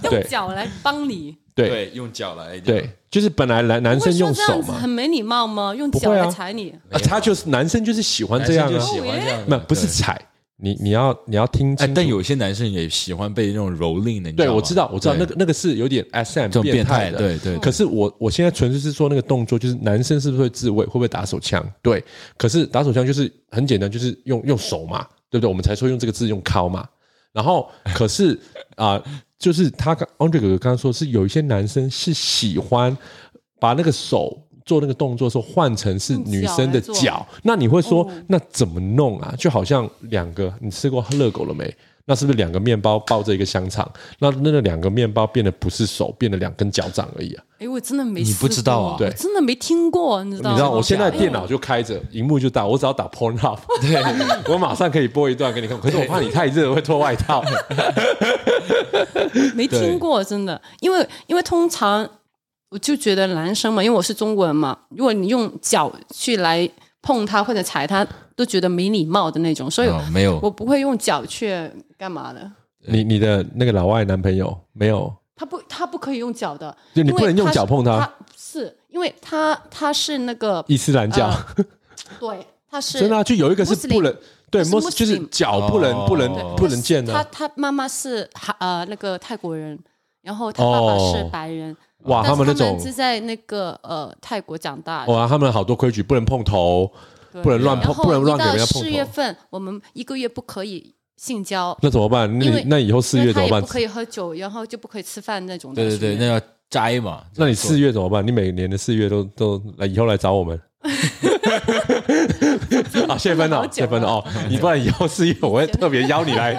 S3: 用
S2: 对
S3: 脚来帮你，
S2: 对，
S1: 用脚来。
S2: 对，就是本来男男
S3: 会
S2: 生
S3: 说
S2: 用
S3: 这样
S2: 手
S3: 子
S2: 嘛
S3: 很，没礼貌吗？用
S2: 不
S3: 脚
S2: 会啊
S3: 来踩你，
S2: 啊，他就是男生就是喜欢
S1: 男
S2: 这
S1: 生
S2: 样
S1: 就
S2: 啊，
S1: 喜欢这样的，
S2: 那不是
S1: 对
S2: 踩，你你要你要听
S1: 哎
S2: 清，楚。
S1: 但有些男生也喜欢被那种蹂躏的，你
S2: 对
S1: 吗
S2: 我知道，我知道
S1: 对
S2: 那个那个是有点 S M
S1: 这种变态
S2: 态
S1: 的
S2: 的，
S1: 对对对
S2: 可是我我现在纯粹是说那个动作，就是男生是不是会自慰，会不会打手枪？对，可是打手枪就是很简单，就是用用手嘛，对不对？我们才说用这个字用靠嘛。然后可是 啊、就是他刚 Andre 哥哥刚刚说是有一些男生是喜欢把那个手做那个动作的时候换成是女生的
S3: 用脚来做
S2: 脚，那你会说、
S3: 哦
S2: 那怎么弄啊？就好像两个你吃过热狗了没？那是不是两个面包抱着一个香肠？那那那两个面包变得不是手，变得两根脚掌而已啊！
S3: 哎，我真的没
S1: 你不
S3: 试
S1: 知道
S3: 过
S1: 啊
S2: 对
S3: 我真的没听过，你知道吗？
S2: 你知道我现在
S3: 哎
S2: 电脑就开着，荧幕就大，我只要打 Pornhub，对我马上可以播一段给你看。可是我怕你太热会脱外套。
S3: 没听过，真的，因为因为通常我就觉得男生嘛，因为我是中国人嘛，如果你用脚去来碰他或者踩他，都觉得没礼貌的那种，所以
S2: 嗯
S1: 哦没有
S3: 我不会用脚去干嘛的。
S2: 你你的那个老外男朋友没有？
S3: 他不，他不可以用脚的，
S2: 就你
S3: 因为
S2: 不能用脚碰
S3: 他
S2: 他
S3: 是，是因为他他是那个
S2: 伊斯兰教、
S3: 对，他是
S2: 真的啊、就有一个是
S3: Muslim
S2: 不能对，
S3: 是
S2: Muslim 就是
S3: Muslim
S2: 脚不能、
S1: 哦
S2: 不能
S1: 对
S2: 不能见的、啊
S3: 他他妈妈是哈呃那个泰国人，然后他爸爸是
S2: 哦
S3: 白人，
S2: 哇，他
S3: 但是
S2: 们那种
S3: 是在那个呃泰国长大的。
S2: 哇，他们好多规矩，不能碰头，
S3: 对
S2: 不能乱
S3: 然
S2: 碰，
S3: 后
S2: 不能乱给人家
S3: 一到
S2: 碰
S3: 四月
S2: 头。
S3: 份，我们一个月不可以性交，
S2: 那怎么办？那
S3: 因
S2: 你
S3: 为
S2: 那以后四月
S3: 因为
S2: 怎么
S3: 他也
S2: 办
S3: 不？可以喝酒，然后就不可以吃饭那种东
S1: 对
S3: 西。
S1: 对对，那要摘嘛。
S2: 那你
S1: 这样做
S2: 四月怎么办？你每年的四月都都来，以后来找我 们。啊，谢芬哦，
S3: 久
S2: 谢
S3: 了
S2: 芬哦，你不然以后四月我会特别邀你 来，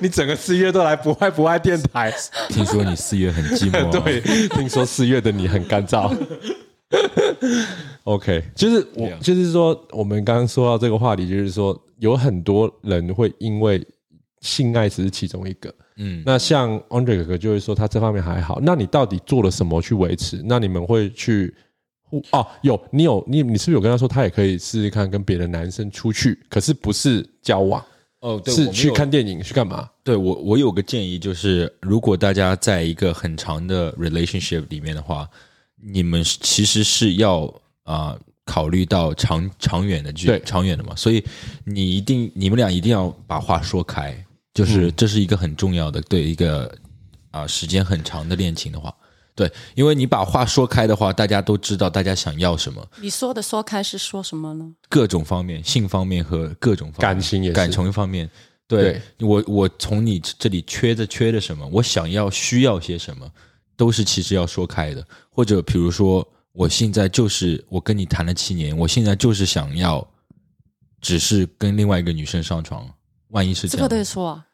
S2: 你整个四月都来不爱不爱电台。
S1: 听说你四月很 寂寞、啊，
S2: 对，听说四月的你很干燥。OK，就是我
S1: Yeah.
S2: 就是说，我们刚刚说到这个话题，就是说有很多人会因为性爱只是其中一个。
S1: 嗯
S2: 那像 Andre 哥哥就会说他这方面还好。那你到底做了什么去维持？那你们会去互哦？有你有你你是不是有跟他说他也可以试试看跟别的男生出去，可是不是交往，
S1: 哦，对，我
S2: 是
S1: 们
S2: 去
S1: 有
S2: 看电影去干嘛？
S1: 对我，我有个建议，就是如果大家在一个很长的 relationship 里面的话，你们是其实是要啊、呃考虑到长长远的距
S2: 对
S1: 长远的嘛，所以你一定你们俩一定要把话说开，
S2: 嗯
S1: 就是这是一个很重要的对一个啊、时间很长的恋情的话。对，因为你把话说开的话，大家都知道大家想要什么，
S3: 你说的说开是说什么呢？
S1: 各种方面，性方面和各种方面
S2: 感情也是
S1: 感情方面。对我，我从你这里缺的缺的什么，我想要需要些什么，都是其实要说开的。或者比如说，我现在就是我跟你谈了七年，我现在就是想要，只是跟另外一个女生上床。万一是
S3: 这
S1: 这
S3: 个
S1: 样
S3: 得
S1: 的，
S3: 说啊，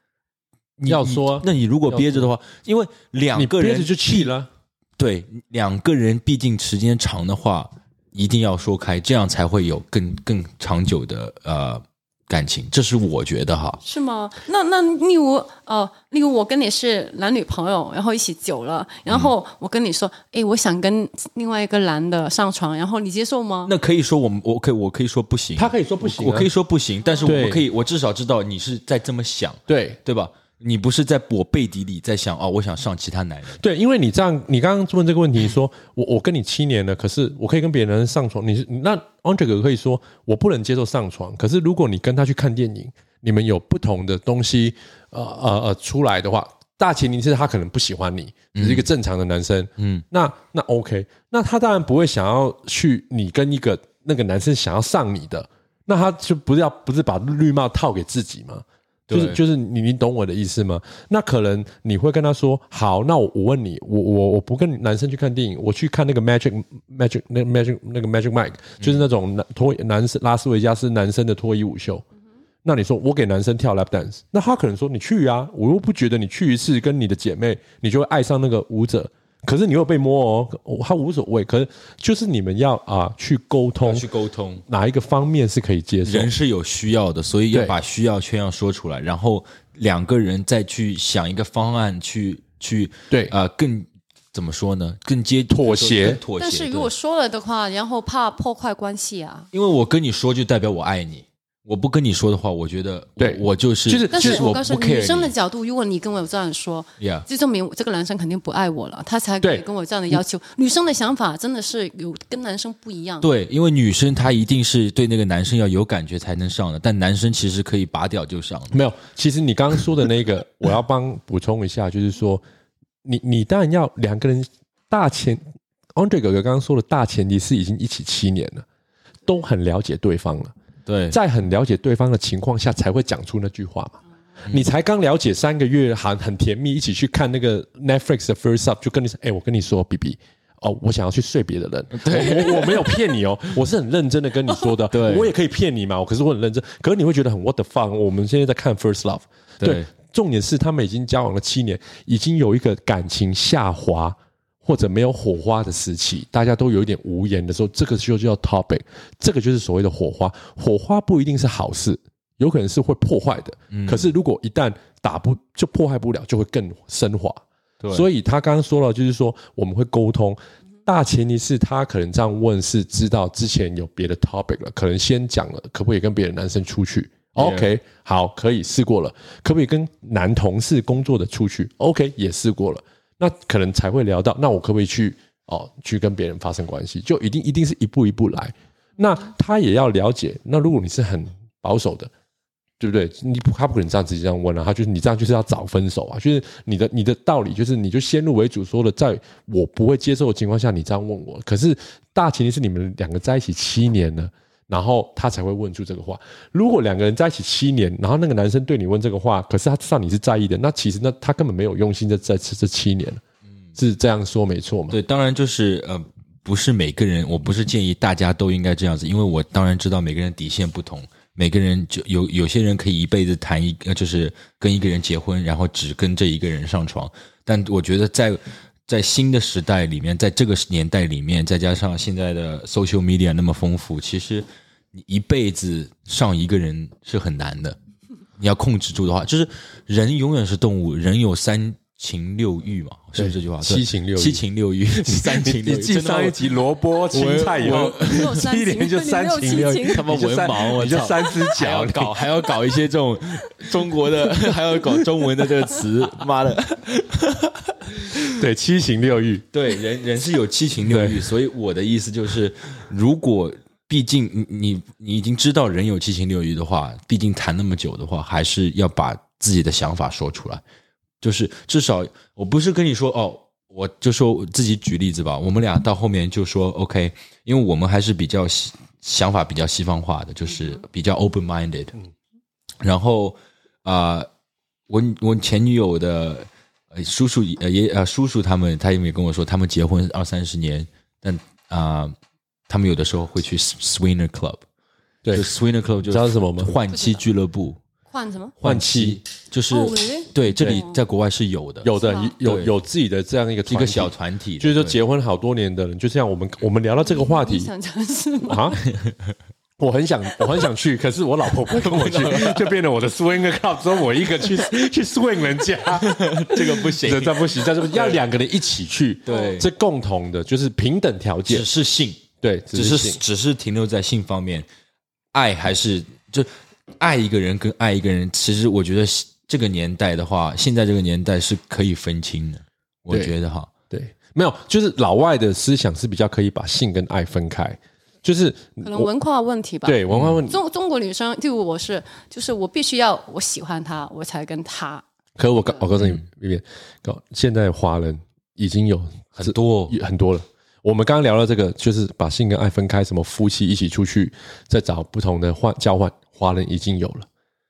S1: 你
S2: 要说啊
S1: 那你如果憋着的话，因为两
S2: 你
S1: 个
S2: 憋
S1: 人
S2: 着就气了。
S1: 对两个人，毕竟时间长的话，一定要说开，这样才会有更更长久的呃感情。这是我觉得哈，
S3: 是吗？那那例如哦、呃，例如我跟你是男女朋友，然后一起久了，然后
S2: 嗯
S3: 我跟你说，哎，我想跟另外一个男的上床，然后你接受吗？
S1: 那可以说我们我可以我可以说不行，
S2: 他可以说不行啊
S1: 我可以说不行，但是我
S2: 对
S1: 可以，我至少知道你是在这么想，
S2: 对，
S1: 对吧？你不是在我背地里在想哦，我想上其他男人，
S2: 对，因为你这样，你刚刚问这个问题说，我我跟你七年了，可是我可以跟别人上床，你是那 Andre 哥可以说我不能接受上床，可是如果你跟他去看电影，你们有不同的东西，呃呃呃出来的话，大前提是他可能不喜欢你，只是一个正常的男生，嗯，那那 OK，那他当然不会想要去你跟一个那个男生想要上你的，那他就不是要不是把绿帽套给自己吗？就是
S1: 对
S2: 就是你你懂我的意思吗？那可能你会跟他说，好，那我我问你，我我我不跟男生去看电影，我去看那个 Magic Magic 那 Magic 那个 Magic Mike，就是
S1: 嗯
S2: 那种男脱男生拉斯维加斯男生的脱衣舞秀。那你说我给男生跳 lap dance，那他可能说你去啊，我又不觉得你去一次跟你的姐妹，你就会爱上那个舞者。可是你又被摸哦，我他无所谓。可是就是你们要啊、去沟通，
S1: 去沟通。
S2: 哪一个方面是可以接受？
S1: 人是有需要的，所以要
S2: 对
S1: 把需要圈要说出来，然后两个人再去想一个方案去去
S2: 对
S1: 啊、呃更怎么说呢？更接
S2: 妥协
S1: 更妥协。
S3: 但是
S1: 对
S3: 如果说了的话，然后怕破坏关系啊。
S1: 因为我跟你说，就代表我爱你；我不跟你说的话，我觉得我
S2: 对
S1: 我就是
S2: 就是
S3: 但
S1: 就是
S3: 我
S1: 我
S3: 告诉
S1: 不
S3: 你，女
S1: care
S3: 生的
S1: 你
S3: 角度，如果你跟我这样说
S1: Yeah
S3: 就证明这个男生肯定不爱我了，他才可以
S2: 对
S3: 跟我这样的要求。女生的想法真的是有跟男生不一样。
S1: 对，因为女生她一定是对那个男生要有感觉才能上的，但男生其实可以拔掉就上的。
S2: 没有，其实你刚刚说的那个，我要帮补充一下，就是说，你你当然要两个人大前，Andre 哥哥刚刚说的大前提是已经一起七年了，都很了解对方了。
S1: 对，
S2: 在很了解对方的情况下才会讲出那句话嘛。
S1: 嗯
S2: 你才刚了解三个月，还很甜蜜，一起去看那个 Netflix 的 First Up，就跟你说，哎、我跟你说，B B。哦，我想要去睡别的 人，我我我没有骗你哦，我是很认真的跟你说的，
S1: 对
S2: 我也可以骗你嘛，可是我很认真，可是你会觉得很 what the fuck，我们现在在看 first love，
S1: 对
S2: 重点是他们已经交往了七年，已经有一个感情下滑或者没有火花的时期，大家都有一点无言的时候，这个就叫 topic，这个就是所谓的火花。火花不一定是好事，有可能是会破坏的。可是如果一旦打不就破坏不了，就会更升华。
S1: 对
S2: 所以他刚刚说了，就是说我们会沟通。大前提是他可能这样问，是知道之前有别的 topic 了，可能先讲了，可不可以跟别的男生出去
S1: Yeah
S2: OK，好，可以试过了，可不可以跟男同事工作的出去？OK，也试过了，那可能才会聊到，那我可不可以去哦，去跟别人发生关系？就一定一定是一步一步来。那他也要了解，那如果你是很保守的，对不对？你不他不可能这样直接这样问啊，他就是你这样就是要早分手啊，就是你的你的道理就是你就先入为主说的，在我不会接受的情况下，你这样问我，可是大前提是你们两个在一起七年了。然后他才会问出这个话。如果两个人在一起七年，然后那个男生对你问这个话，可是他知道你是在意的，那其实那他根本没有用心在在这这七年，是这样说没错嘛？
S1: 对，当然就是呃，不是每个人，我不是建议大家都应该这样子，因为我当然知道每个人底线不同，每个人就有有些人可以一辈子谈一，呃就是跟一个人结婚，然后只跟这一个人上床。但我觉得在在新的时代里面，在这个年代里面，再加上现在的 social media 那么丰富，其实你一辈子上一个人是很难的。你要控制住的话，就是人永远是动物，人有三情六欲嘛，是不是这句话？对
S2: 七情六欲
S1: 七情 六欲，三情六欲。真的吗
S2: 集萝卜青
S1: 菜以后
S3: 你有三情，你没有七情，
S1: 他妈文盲，我操！
S2: 只
S1: 还要搞，还要搞一些这种中国的， 还要搞中文的这个 词，妈的！
S2: 对七情六欲，
S1: 对，人人是有七情六欲，所以我的意思就是，如果毕竟你你你已经知道人有七情六欲的话，毕竟谈那么久的话，还是要把自己的想法说出来。就是至少我不是跟你说哦，我就说我自己举例子吧。我们俩到后面就说 OK，因为我们还是比较西想法比较西方化的，就是比较 open minded。然后啊、呃我我前女友的呃叔叔呃爷呃叔叔他们，他也没跟我说，他们结婚二三十年，但啊、呃他们有的时候会去 swinger club，
S2: 对
S1: 就 swinger club 就
S2: 知道是什么吗
S1: 换妻俱乐部，
S3: 换什么？
S2: 换妻
S1: 就是、
S3: 哦，really？
S1: 对，这里在国外是有的，
S2: 有的
S3: 是吗
S2: 有
S1: 对
S2: 有自己的这样一个
S1: 一
S2: 一
S1: 个小，团体的，
S2: 就是说
S1: 对
S2: 结婚好多年的人，就像我们我们聊到这个话
S3: 你
S2: 题
S3: 想尝试吗？
S2: 啊。 我很想，我很想去，可是我老婆不跟我去，就变成我的 swing club，说我一个去 去 swing 人家，
S1: 这个不行
S2: 这，这不行，这不要两个人一起去，
S1: 对
S2: 这共同的就是平等条件
S1: 只，是性，
S2: 对，
S1: 只
S2: 是
S1: 是
S2: 性
S1: 只是停留在性方面，爱还是就爱一个人跟爱一个人，其实我觉得这个年代的话，现在这个年代是可以分清的，我
S2: 对
S1: 觉得哈，
S2: 对，没有，就是老外的思想是比较可以把性跟爱分开，就是
S3: 可能
S2: 我
S3: 文化问题吧。
S2: 对文化问题。
S3: 中中国女生就我是，就是我必须要我喜欢他，我才跟他。
S2: 可我告我告诉你，那边告现在华人已经有
S1: 很多
S2: 也很多了。我们刚刚聊到这个，就是把性跟爱分开，什么夫妻一起出去，再找不同的换交换，华人已经有了。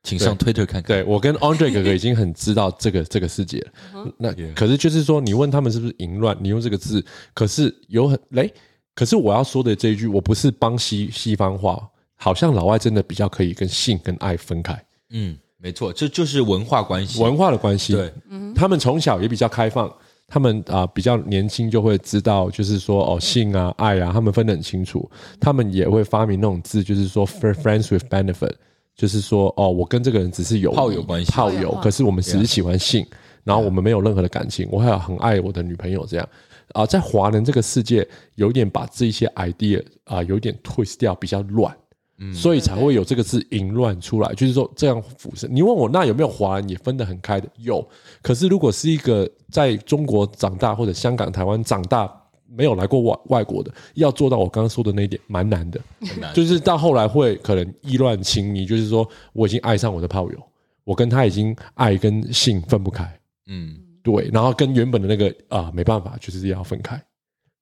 S1: 请上推特看看。
S2: 对我跟 Andre 哥哥已经很知道这 个这个世界了。那可是就是说，你问他们是不是淫乱，你用这个字，可是有很哎，可是我要说的这一句，我不是帮西西方话，好像老外真的比较可以跟性跟爱分开，
S1: 嗯，没错，这就是文化关系。
S2: 文化的关系。
S1: 对，
S3: 嗯
S2: 他们从小也比较开放，他们啊、比较年轻就会知道，就是说哦性啊爱啊，他们分得很清楚。他们也会发明那种字，就是说 fr- friends with benefit，就是说哦我跟这个人只是有
S1: 炮友关系
S2: 炮
S3: 炮
S2: 友
S3: 友，
S2: 可是我们只是喜欢性，然后我们没有任何的感情，我还有很爱我的女朋友这样。啊、在华人这个世界，有点把这些 idea 啊、有点 twist 掉，比较乱。
S1: 嗯
S2: 所以才会有这个字淫乱出来，就是说这样俯身。你问我那有没有华人也分得很开的？有，可是如果是一个在中国长大或者香港、台湾长大没有来过外外国的，要做到我刚刚说的那一点，蛮难的。
S1: 很难
S2: 就是到后来会可能意乱情迷，就是说我已经爱上我的炮友，我跟他已经爱跟性分不开，
S1: 嗯，
S2: 对，然后跟原本的那个啊、没办法，就是要分开，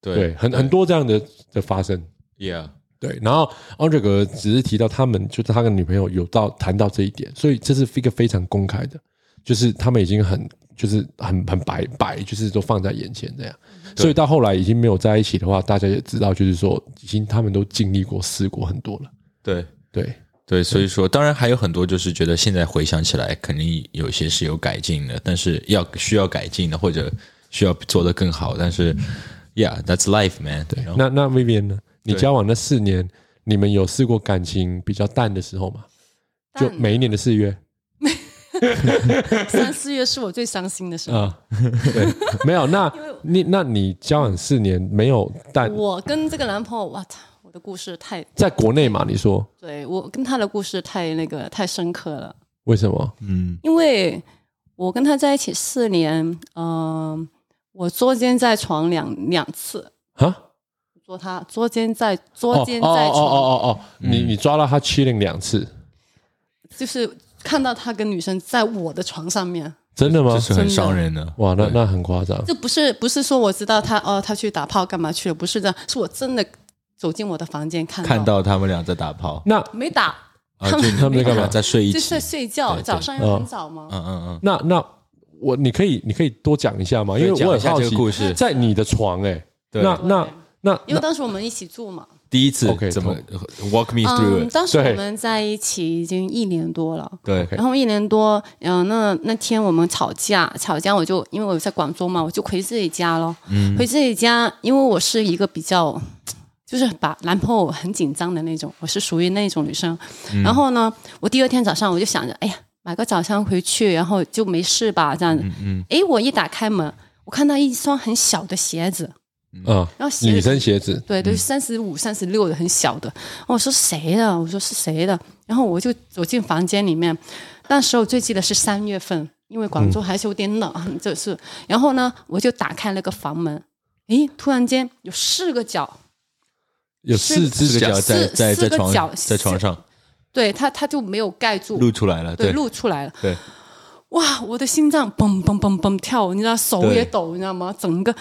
S1: 对
S2: 对，很很多这样的的发生，
S1: ，Yeah，
S2: 对，然后 Andre 哥只是提到他们，就是他跟女朋友有到谈到这一点，所以这是一个非常公开的，就是他们已经很就是很很白白，就是都放在眼前这样。
S1: 嗯
S2: 所以到后来已经没有在一起的话，大家也知道，就是说已经他们都经历过、试过很多了。
S1: 对
S2: 对，
S1: 对，所以说当然还有很多就是觉得现在回想起来，肯定有些是有改进的，但是要需要改进的或者需要做得更好，但是，Yeah，that's life, man。对然后
S2: 那那 Vivian 呢？你
S1: 嗯对
S2: 交往那四年，你们有试过感情比较淡的时候吗？就
S3: 淡
S2: 每一年的四月
S3: 三四月是我最伤心的时候。
S2: 啊，对，没有。那你那你交往四年没有淡，
S1: 嗯
S3: 我跟这个男朋友，哇，他我的故事太
S2: 在国内嘛？你说
S3: 对我跟他的故事太那个太深刻了，
S2: 为什么？
S1: 嗯，
S3: 因为我跟他在一起四年，嗯、我捉奸在床两两次，
S2: 啊？
S3: 捉他捉奸在捉奸在
S2: 哦
S3: 床，
S2: 哦哦哦哦，你
S1: 嗯
S2: 你抓到他 cheating 两次，
S3: 就是看到他跟女生在我的床上面，
S2: 真的吗
S1: 这？是很
S3: 真的
S1: 伤人的。
S2: 哇，那那很夸张。
S3: 这不是不是说我知道他哦，他去打炮干嘛去了，不是这样，是我真的走进我的房间看到
S1: 看到他们俩在打炮，
S2: 那
S3: 没打，
S1: 啊，就
S2: 他们在干 嘛
S1: 在睡一
S3: 就
S1: 起
S3: 是。睡觉，
S1: 对
S3: 早上
S2: 对
S3: 又很早嘛。
S1: 嗯嗯嗯，
S2: 那那我你可以你可以多讲一下吗？因为
S1: 对讲
S2: 我
S1: 一
S2: 很
S1: 下
S2: 好
S1: 这
S2: 奇
S1: 个，故事。
S2: 在你的床哎，
S1: 对
S2: 那那那
S3: 因为当时我们一起住嘛，
S1: 第一次
S2: OK，
S1: 怎么 walk me
S3: 嗯，
S1: through？it
S3: 当时
S2: 对
S3: 我们在一起已经一年多了，
S1: 对
S2: OK
S3: 然后一年多，嗯、那那天我们吵架，吵架我就因为我在广州嘛，我就回自己家咯。回自己家，因为我是一个比较，就是把男朋友很紧张的那种，我是属于那种女生。然后呢，我第二天早上我就想着，哎呀，买个早餐回去，然后就没事吧，这样子。嗯哎，我一打开门，我看到一双很小的鞋子，
S2: 嗯，
S3: 然后鞋子
S2: 女生鞋子
S3: 对对，三十五、三十六的很小的。哦我说谁的？我说是谁的？然后我就走进房间里面，那时候最记得是三月份，因为广州还是有点冷， 就是。然后呢，我就打开那个房门，诶，突然间有四个脚，
S2: 有四
S1: 四
S2: 只
S1: 个脚在
S2: 脚，
S3: 四
S1: 在在
S3: 四个
S1: 床
S3: 脚
S1: 在床上
S3: 对他他就没有盖住，
S1: 露出来了，
S3: 对
S1: 对
S3: 露出来了。
S1: 对，
S3: 哇，我的心脏嘣嘣嘣嘣跳，你知道手
S1: 对
S3: 也抖，你知道吗？整个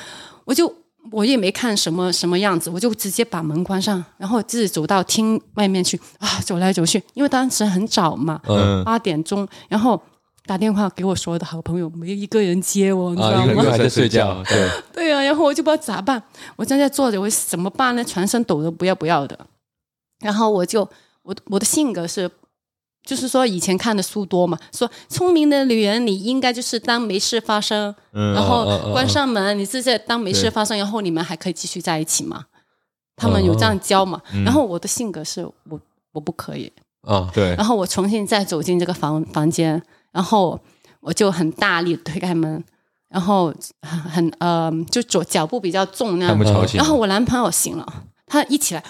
S3: 我就我也没看什么什么样子，我就直接把门关上，然后自己走到厅外面去啊，走来走去，因为当时很早嘛，
S1: 嗯
S3: 八点钟，然后打电话给我所有的好朋友，没有一个人接我，你知
S2: 啊，
S3: 道
S2: 一
S3: 吗？
S2: 个
S1: 人
S2: 人还在睡
S1: 嗯还
S2: 觉，
S1: 在睡
S2: 对，
S3: 对啊，然后我就不知道咋办，我正在坐着，我怎么办呢？全身抖得不要不要的，然后我就我我的性格是。就是说，以前看的书多嘛，说聪明的女人，你应该就是当没事发生，然后
S2: 嗯嗯嗯
S3: 关上门，你是在当没事
S1: 对
S3: 发生，然后你们还可以继续在一起嘛？他们有这样教嘛？然后我的性格是我我不可以，
S2: 啊，
S1: 对
S3: 然后我重新再走进这个房房间，然后我就很大力推开门，然后很很呃，就走脚步比较重那
S1: 他
S3: 样
S1: 们。吵醒
S3: 然后
S1: 了，
S3: 我男朋友醒了，他一起来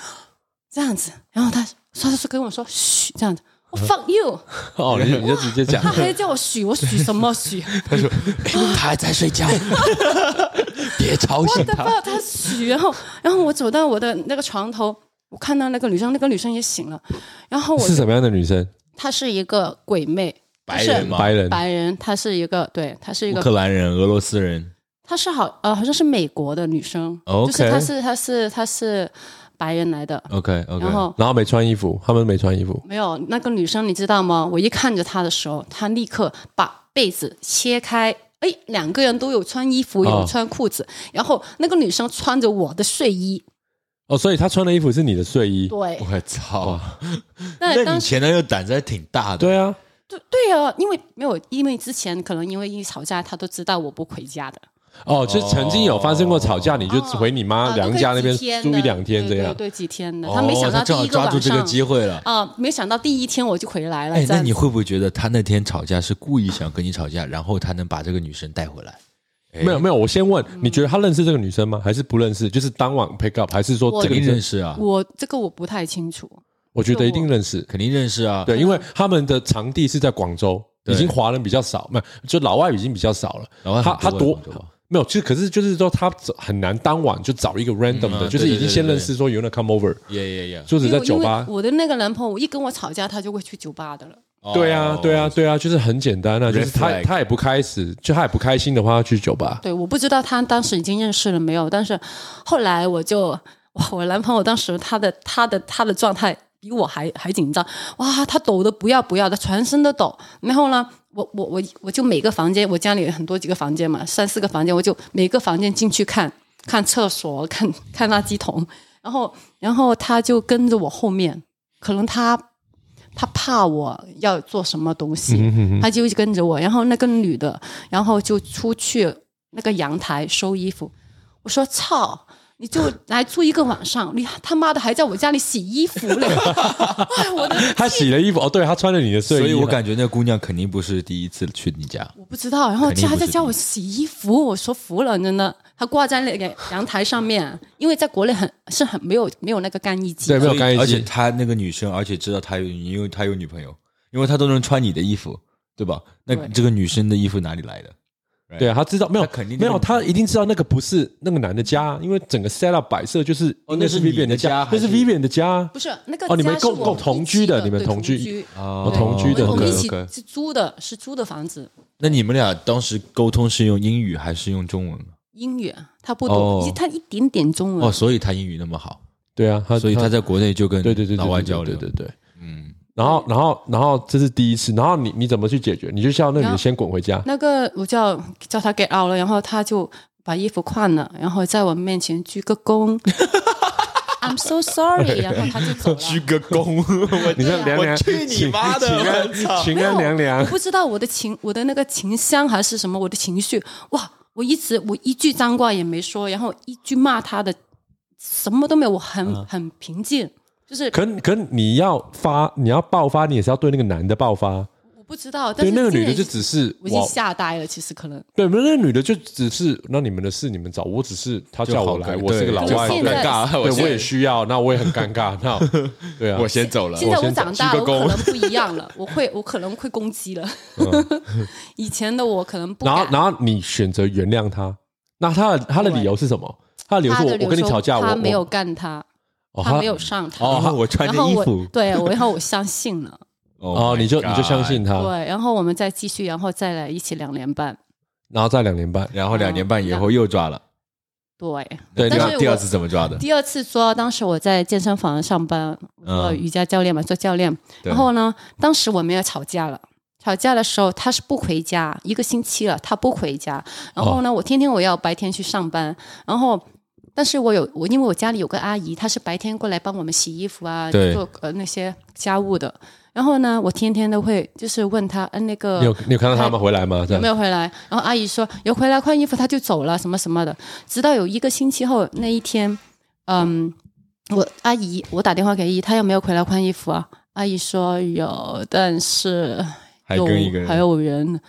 S3: 这样子，然后他他就跟我说嘘这样子，我 fuck you，
S2: 哦，你就你就直接 讲
S3: 他，还叫我嘘，我嘘什么嘘？
S1: 他还在睡 觉，别吵醒
S3: 他抱他许，然后然后我走到我的那个床头，我看到那个女生，那个女生也醒了，然后我
S2: 是什么样的女生？
S3: 她是一个鬼魅，
S1: 白人
S3: 就是
S1: 嘛
S2: 白人，
S3: 白人，她是一个对，她是一
S1: 乌
S3: 个
S1: 克兰人、俄罗斯人，
S3: 她是好呃好像是美国的女生
S1: OK
S3: 就是她是她是她是白人来的，
S1: OK OK，
S3: 然后。
S2: 然后没穿衣服，他们没穿衣服，
S3: 没有那个女生，你知道吗？我一看着她的时候，她立刻把被子切开，哎，两个人都有穿衣服，
S2: 哦
S3: 有穿裤子，然后那个女生穿着我的睡衣，
S2: 哦，所以他穿的衣服是你的睡衣，
S3: 对，
S1: 我操！
S3: 那
S1: 那
S3: 当
S1: 你
S3: 时。
S1: 前男友胆子还挺大的，
S2: 对啊，
S3: 对对啊，因为没有，因为之前可能因为一吵架，他都知道我不回家的，
S2: 哦，就曾经有发生过吵架，你就
S3: 哦
S2: 回你妈
S3: 啊
S2: 娘家那边
S3: 都可以几天的
S2: 住一两天这样
S3: 对对。对几天的。
S1: 哦，
S3: 他没想到第
S1: 正好
S3: 一个
S1: 抓住
S3: 晚
S1: 这个
S3: 上
S1: 机会了。
S3: 啊，没想到第一天我就回来了。
S1: 哎，
S3: 这
S1: 那
S3: 样
S1: 你
S3: 子
S1: 会不会觉得他那天吵架是故意想跟你吵架，然后他能把这个女生带回来？哎
S2: 没有没有，我先问，你觉得他认识这个女生吗？还是不认识？就是当晚 pick up，还是说
S3: 我
S2: 这
S1: 肯
S2: 个
S1: 定
S2: 女
S1: 认
S2: 生？
S1: 识啊，
S3: 我这个我不太清楚，
S2: 我觉得一定认识。
S1: 肯定认识啊。
S2: 对，因为他们的场地是在广州，
S1: 对
S2: 已经华人比较少，没有，就老外已经比较少了。
S1: 老外
S2: 他
S1: 很
S2: 他
S1: 多
S2: 多
S1: 啊广州
S2: 没有，就可是就是说他很难当晚就找一个 random
S1: 嗯
S2: 的，
S1: 啊
S2: 就是
S1: 对对
S2: 已经先认识说有人 come over，
S1: ，yeah yeah yeah，
S2: 就只
S3: 因
S2: 在
S3: 为
S2: 酒吧
S3: 因为。我的那个男朋友一跟我吵架，他就会去酒吧的了。
S2: 对啊，对啊，，对啊，就是很简单啊，就是
S1: 哦 Red
S2: 他
S1: flag
S2: 他也不开始，就他也不 开心的话，他去酒吧。
S3: 对，我不知道他当时已经认识了没有，但是后来我就。哇，我男朋友当时他的他的他的状态比我还还紧张，哇，他抖的不要不要的，全身都抖。然后呢，我我我我就每个房间，我家里有很多几个房间嘛，三四个房间，我就每个房间进去看看厕所，看看垃圾桶，然后然后他就跟着我后面，可能他。他怕我要做什么东
S2: 嗯
S3: 西，他就一直跟着我。然后那个女的，然后就出去那个阳台收衣服。我说：“操，你就来住一个晚上，你他妈的还在我家里洗衣 服嘞！”哎，我的
S2: 他洗了衣服哦，对他穿了你的睡衣，
S1: 所以我感觉那姑娘肯定不是第一次去你家。
S3: 我不知道。然后
S1: 肯定
S3: 他
S1: 不
S3: 还
S1: 是
S3: 在教我洗衣服，我说服了，真的。他挂在那个阳台上面，因为在国内很是很没有没有那个干衣机
S2: 对
S3: 的，
S2: 没有
S1: 所
S2: 干
S1: 以
S2: 衣
S1: 而且
S2: 机，
S1: 他那个女生，而且知道他有，因为他有女朋友，因为他都能穿你的衣服，对吧？那
S3: 对
S1: 这个女生的衣服哪里来的？
S2: 对啊，他知道没有
S1: 哎他肯定
S2: 没有，
S1: 那个
S2: 他一定知道那个不是那个男的家，因为整个 set up 摆设就是
S1: 哦那是你的
S2: Vivian 的
S1: 家
S2: 那是
S1: 还是
S2: Vivian 的家
S3: 不，是那个
S2: 哦你们
S3: 家是
S2: 共
S3: 我
S2: 共
S3: 一
S2: 同
S3: 起
S2: 居的
S3: 的，
S2: 你们
S3: 对
S2: 同
S3: 同
S2: 居
S1: 哦
S3: 对
S2: 同居的
S3: 我们一
S2: OK，OK
S3: 起是租的，是租的房子。
S1: 那你们俩当时沟通是用英语还是用中文？
S3: 英语，他不
S1: 哦
S3: 懂，一他一点点中文。
S1: 哦，所以他英语那么好，
S2: 对啊，他
S1: 所以他在国内就跟
S2: 对对对对
S1: 老外交流。
S2: 对对对，嗯。然后，然后，然后这是第一次，然后你你怎么去解决？你就叫那女
S3: 然
S2: 的
S3: 后
S2: 先滚回家，
S3: 那个我叫叫他 get out 了，然后他就把衣服换了，然后在我面前鞠个 躬，I'm so sorry，然
S2: 哎
S3: 后他就走了。
S1: 个躬，我
S2: 你看凉凉，请请安请
S3: 啊没有
S2: 安凉
S3: 我
S2: 凉，
S3: 不知道我的情，我的那个情商还是什么，我的情绪，哇，我一直我一句脏话也没说，然后一句骂他的，什么都没有，我很、很平静，就是
S2: 啊可可你要发，你要爆发，你也是要对那个男的爆发。
S3: 我不知道，但
S2: 对，
S3: 是
S2: 那个
S3: 今
S2: 女的
S3: 年
S2: 就只是
S3: 我已经
S2: 哇
S3: 吓呆了，其实可能。
S2: 对，那个女的就只是那你们的事你们找，我只是她
S1: 就
S2: 叫
S1: 好
S2: 我来，
S1: 尴
S2: 我是个
S1: 对
S2: 老
S1: 就
S2: 外，
S1: 好
S3: 现
S1: 尴
S3: 在
S1: 尬，
S2: 对，我也
S1: 是，
S2: 需要，那我也很尴 尬，那对啊
S1: 我，先走了。
S3: 现在我
S2: 先走
S3: 长大
S2: 鞠
S3: 了，
S2: 个躬
S3: 我可能不一样了，我会，我可能会攻击了。 以前的我可能不
S2: 嗯然后
S3: 敢。
S2: 然后你选择原谅她，那她的她的理由是什么？她的理由
S3: 他
S2: 是
S3: 的
S2: 我
S3: 理
S2: 我
S3: 由
S2: 跟你
S3: 说
S2: 吵架，我
S3: 他没有
S2: 我
S3: 干他，
S2: 哦
S3: 他没有上他。
S1: 哦，我穿
S3: 然
S1: 着
S3: 后
S1: 衣
S3: 我
S1: 服，
S3: 对我，然后我相 信了，
S2: 哦，你就
S1: ，Oh my
S2: 你就相
S1: God
S2: 信她，
S3: 对，然后我们再继续，然后再来一起两年半，
S2: 然后再两年半，
S1: 然后两年半以后又抓了，
S3: 对。
S2: 对
S1: 那第
S3: 嗯但是
S1: 二
S3: 我
S1: 第二次怎么抓的？
S3: 第二次说，当时我在健身房上班，做
S1: 嗯
S3: 呃瑜伽教练嘛，做教练。
S1: 对
S3: 然后呢，当时我们也吵架了。吵架的时候，他是不回家，一个星期了，他不回家。然后
S1: 哦
S3: 呢，我天天我要白天去上班，然后。但是我有我，因为我家里有个阿姨，她是白天过来帮我们洗衣服啊，
S1: 对
S3: 做呃那些家务的。然后呢，我天天都会就是问她，嗯、那个
S2: 你有你有看到他们回来吗？这
S3: 有
S2: 样
S3: 没有回来？然后阿姨说有回来换衣服，她就走了，什么什么的。直到有一个星期后那一天，嗯，我阿姨我打电话给阿姨，她有没有回来换衣服啊？阿姨说有，但是
S1: 还
S3: 有
S1: 跟一个人
S3: 还有人。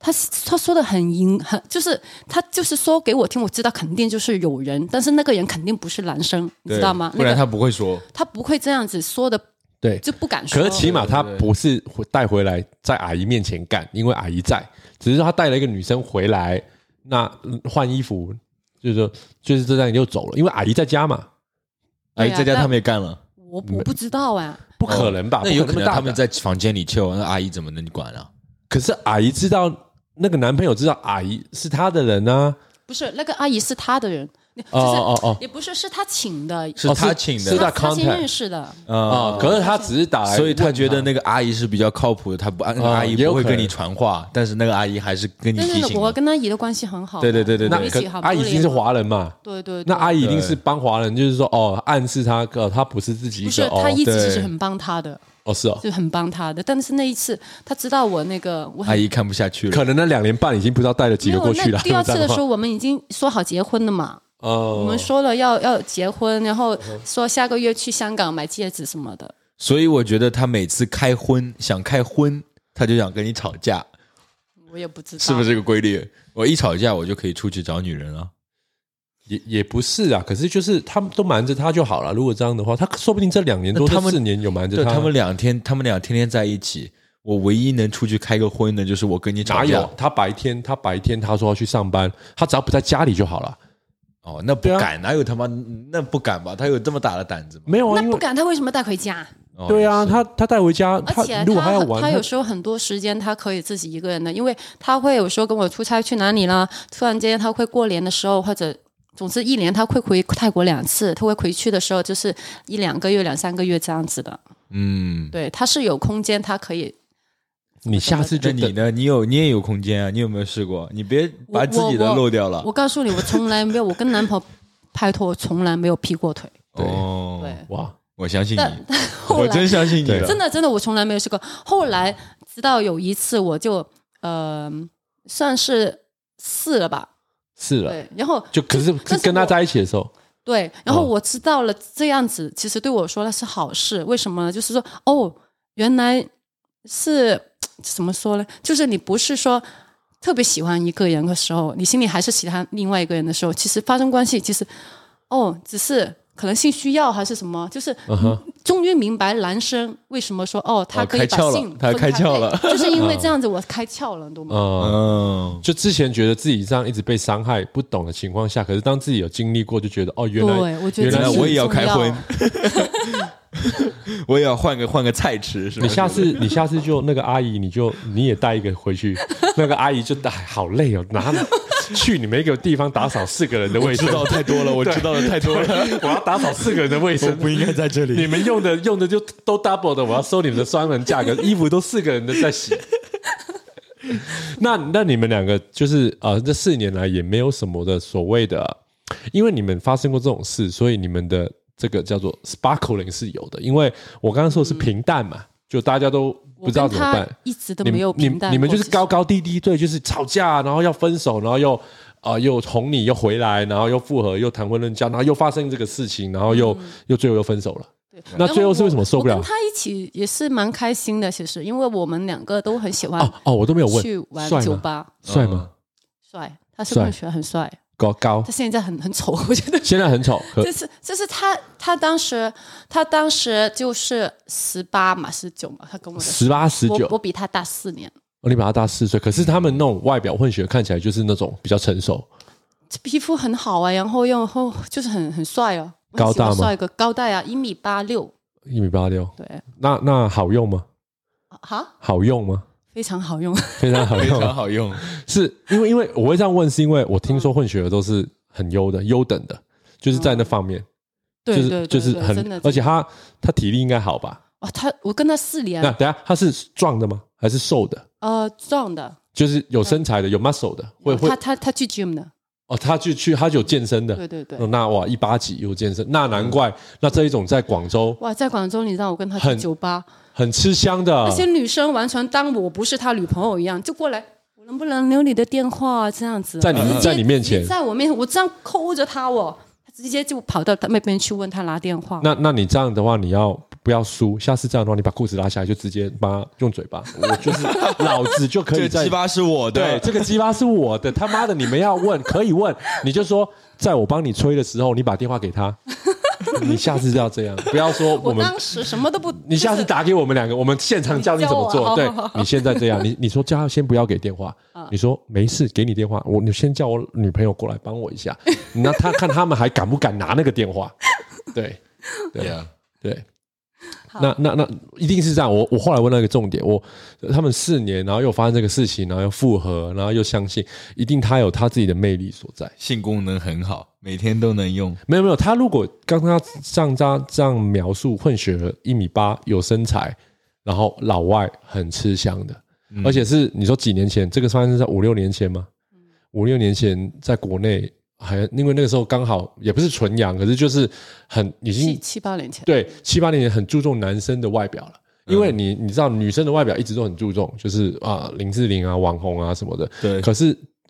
S3: 她她说的很隐，很就是她就是说给我听，我知道肯定就是有人，但是那个人肯定不是男生，你
S1: 对
S3: 知道吗？
S1: 不然
S3: 那
S1: 他
S3: 个
S1: 不会说。
S3: 他不会这样子说的，
S2: 对，
S3: 就不敢说。
S2: 可是起码他不是带回来在阿姨面前干，因为阿姨在，只是他带了一个女生回来，那嗯换衣服，就是说就是这样就走了，因为阿姨在家嘛，
S3: 对
S1: 哎，
S3: 啊
S1: 在家
S3: 那
S1: 他们也干了，
S3: 我我不知道啊，
S2: 不可能吧？
S1: 哦那有可
S2: 不
S1: 能
S2: 大
S1: 他
S2: 胆啊
S1: 们，在房间里 chill，那阿姨怎么能管啊？
S2: 可是阿姨知道那个男朋友知道阿姨是他的人啊呢、
S3: 不是那个阿姨是他的人，就是、
S2: 哦哦哦
S3: 也不是是他请的，
S1: 是
S2: 哦
S1: 他
S2: 是
S1: 请的，
S2: 是
S3: 他
S2: 的
S3: 他先
S2: contact
S3: 认识的，
S2: 啊、
S1: 啊
S2: 可是他只是打来问，
S1: 所以他觉得那个阿姨是比较靠谱的，他不那个
S2: 哦
S1: 阿姨
S2: 也有
S1: 不会
S2: 可能
S1: 跟你传话，但是那个阿姨还是跟你
S3: 但
S1: 提
S3: 是呢
S1: 醒
S3: 我
S1: 你。
S3: 跟他姨的关系很好啊，
S1: 对对对对
S3: 我
S2: 那
S3: 们一
S2: 可
S3: 起好
S2: 阿姨已经是，华人嘛。
S3: 对对对，
S2: 那阿
S3: 姨
S2: 姨一定是帮华人，就是说哦，暗示他，呃，他不是自己一
S3: 不
S2: 个
S3: 是
S2: 哦
S3: 他一直是
S1: 对
S3: 很帮他的，
S2: 哦，是哦，
S3: 就很帮他的，但是那一次他知道我那个我
S1: 阿
S3: 很。
S1: 姨看不下去了
S2: 可，能那两年半已经不知道带了几
S3: 没
S2: 个
S3: 有，
S2: 过去了
S3: 那。第二次的
S2: 这
S3: 时
S2: 样
S3: 候，我们已经说好结婚了嘛，
S2: 话，哦，
S3: 我们说了要要结婚，然后说下个月去香港买戒指什么的。
S1: 所以我觉得他每次开荤想开荤，他就想跟你吵架，
S3: 我也不知道
S1: 是不是这个规律？我一吵架，我就可以出去找女人了。
S2: 也也不是啊，可是就是他们都瞒着他就好了。如果这样的话，他说不定这两年多、
S1: 那他们
S2: 这四年有瞒着
S1: 对
S2: 他，
S1: 他们两天，他们俩天天在一起，我唯一能出去开个荤的，就是我跟你吵
S2: 哪
S1: 架
S2: 有。？他白天他白天他说要去上班，他只要不在家里就好了。
S1: 哦，那不
S2: 对啊
S1: 敢，哪有他妈那不敢吧？他有这么大的胆子吗？
S2: 没有啊，
S3: 那
S2: 因
S3: 不
S2: 为
S3: 敢，他为什么带回家？
S1: 哦
S2: 对啊，
S1: 也是
S2: 他他带回家，他
S3: 而且
S2: 如果他要
S3: 很
S2: 玩，
S3: 他有
S2: 他
S3: 时候很多时间他可以自己一个人的，因为他会有时候跟我出差去哪里啦，突然间他会过年的时候或者总之一年他会回泰国两次，他会回去的时候就是一两个月、两三个月这样子的。
S1: 嗯，
S3: 对，他是有空间，他可以。
S2: 你下次就
S1: 那你
S2: 等
S1: 呢？你有你也有空间啊？你有没有试过？你别把自己的
S3: 我
S1: 漏掉了
S3: 我。告诉你，我从来没有，我跟男朋友拍拖从来没有劈过腿。
S2: 对
S1: 哦，
S3: 对，
S2: 哇，
S1: 我相信
S3: 但
S1: 你，
S3: 后
S1: 我
S3: 来
S1: 真相信你
S2: 对
S1: 了。
S3: 真的真的，我从来没有试过。后来直到有一次，我就呃算是试了吧，
S2: 是了，
S3: 对，然后
S2: 就可是
S3: 但
S2: 是
S3: 是
S2: 跟他
S3: 我
S2: 在一起的时候，
S3: 对，然后
S2: 哦
S3: 我知道了这样子，其实对我说那是好事。为什么呢？就是说，哦，原来是怎么说呢？就是你不是说特别喜欢一个人的时候，你心里还是喜欢另外一个人的时候，其实发生关系，其实哦，只是可能性需要还是什么，就是、
S2: 嗯
S3: 终于明白男生为什么说哦，他
S1: 哦
S3: 可以
S1: 开
S3: 把
S1: 窍了
S3: 性
S1: 他
S3: 分
S1: 开窍了
S3: 对就是因为这样子我开窍了，你懂吗？
S2: 嗯，
S1: 嗯，
S2: 就之前觉得自己这样一直被伤害、不懂的情况下，可是当自己有经历过，就觉得哦，原来
S3: 对我觉得
S2: 原来
S1: 原来
S3: 这个
S1: 我也要
S3: 很重
S1: 开荤 我也要换个换个菜吃，是吧？
S2: 你下次你下次就那个阿姨，你就你也带一个回 去，那个阿姨就哎好累哦，拿了去你每个地方打扫四个人的卫
S1: 我知
S2: 生，
S1: 道太多了，我知道的太 多了，
S2: 我要打扫四个人的卫
S1: 我
S2: 生。
S1: 不应该在这
S2: 你
S1: 里。
S2: 们用的用的就都 double 的，我要收你们的双人价格，衣服都四个人的在洗。 那那你们两个就是啊、呃这四年来也没有什么的所谓的，因为你们发生过这种事，所以你们的这个叫做 sparkling 是有的。因为我刚刚说的是平淡嘛，就大家都不
S3: 我
S2: 知道
S3: 跟
S2: 怎么
S3: 他
S2: 办。
S3: 一直都
S2: 你
S3: 没有
S2: 你
S3: 平淡
S2: 你们
S3: 过
S2: 就是
S3: 其实
S2: 高高低低，对，就是吵架，然后要分手，然后又啊、呃又哄你，又回来，然后又复合，又谈婚论嫁，然后又发生这个事情，然后又、又最后又分手了。那最后是为什么受不了
S3: 我跟他一起也是蛮开心的，其实，因为我们两个都很喜欢
S2: 哦哦，我都没有问，
S3: 去玩
S2: 帅
S3: 酒
S2: 吗？
S3: 吧。
S2: 帅
S1: 嗯
S2: 吗？
S3: 帅，他是更
S2: 帅
S3: 喜欢很帅，
S2: 高高
S3: 他，现在很很丑，我觉得。
S2: 现在很丑，可
S3: 这是这是他他当时他当时就是十八嘛，十九嘛，他跟我的
S2: 十八十九
S3: 我，我比他大四年，
S2: 哦你把他大四岁，可是他们那种外表混血看起来就是那种比较成熟，
S3: 这皮肤很好啊，然后又后就是很很帅哦，我
S2: 高
S3: 很喜欢
S2: 大吗
S3: 帅哥，高大呀、一米八六，
S2: 一米八六，
S3: 对，
S2: 那那好用吗？
S3: 啊哈，
S2: 好用吗？
S3: 非常好用，
S2: 非常好
S1: 非
S2: 用，
S1: 常好用，
S2: 是因为因为我会这样问，是因为我听说混血儿都是很优的、优等的，就是在那方面，
S3: 对
S2: 就是
S3: 嗯对对，
S2: 就是
S3: 对真的
S2: 很，，而且他他体力应该好吧？
S3: 哇，他我跟他四年
S2: 那，等一下他是壮的吗？还是瘦的？
S3: 呃，壮的，
S2: 就是有身材的，有 muscle 的，会会
S3: 哦他他他去 gym 的，
S2: 哦，他去去他有健身的，
S3: 对对对嗯
S2: 哦那哇一八几有健身，那难怪，那这一种在广州
S3: 哇，在广州你让我跟他去
S2: 很啊
S3: 酒吧，
S2: 很吃香的
S3: 那，些女生完全当我不是他女朋友一样，就过来，我能不能留你的电话啊这样子？
S2: 在你
S3: 直接
S2: 在你面前
S3: 直接在我面前，我这样抠着他哦，他直接就跑到他那边去问他拿电话。
S2: 那那你这样的话，你要不要输？下次这样的话，你把裤子拉下来，就直接把它用嘴巴， 我就是老子就可
S1: 这
S2: 以
S1: 个
S2: 在
S1: 鸡巴是我
S2: 对
S1: 的，
S2: 这个鸡巴是我的，他妈的你们要 问可以问，你就说在我帮你吹的时候，你把电话给 他，你下次就要这样，不要说我
S3: 我
S2: 们
S3: 当时什么都不，
S2: 你下次打给我们两个，我们现场教你怎么
S3: 你教
S2: 做。
S3: 我
S2: 对
S3: 好好好
S2: 你现在这样，你你说叫他先不要给电话，你说没事，给你电话，我你先叫我女朋友过来帮我一下，那他看他们还敢不敢拿那个电话？对对
S1: Yeah
S2: 对，
S3: 好
S2: 那那那一定是这样。我我后来问到一个重点，我他们四年，然后又发生这个事情，然后又复合，然后又相信，一定他有他自己的魅力所在。
S1: 性功能很好，每天都能用。
S2: 没有没有，他如果刚刚像他这样描述混血儿一米八有身材，然后老外很吃香的，而且是你说几年前这个发生在五六年前吗？五六年前在国内还因为那个时候刚好也不是纯阳，可是就是很已
S3: 七
S2: 经
S3: 七八年前，。
S2: 对七八年前很注重男生的外表了。因
S1: 嗯
S2: 为你你知道女生的外表一直都很注重，就是啊林志玲啊网红啊什么的，
S1: 对
S2: 可是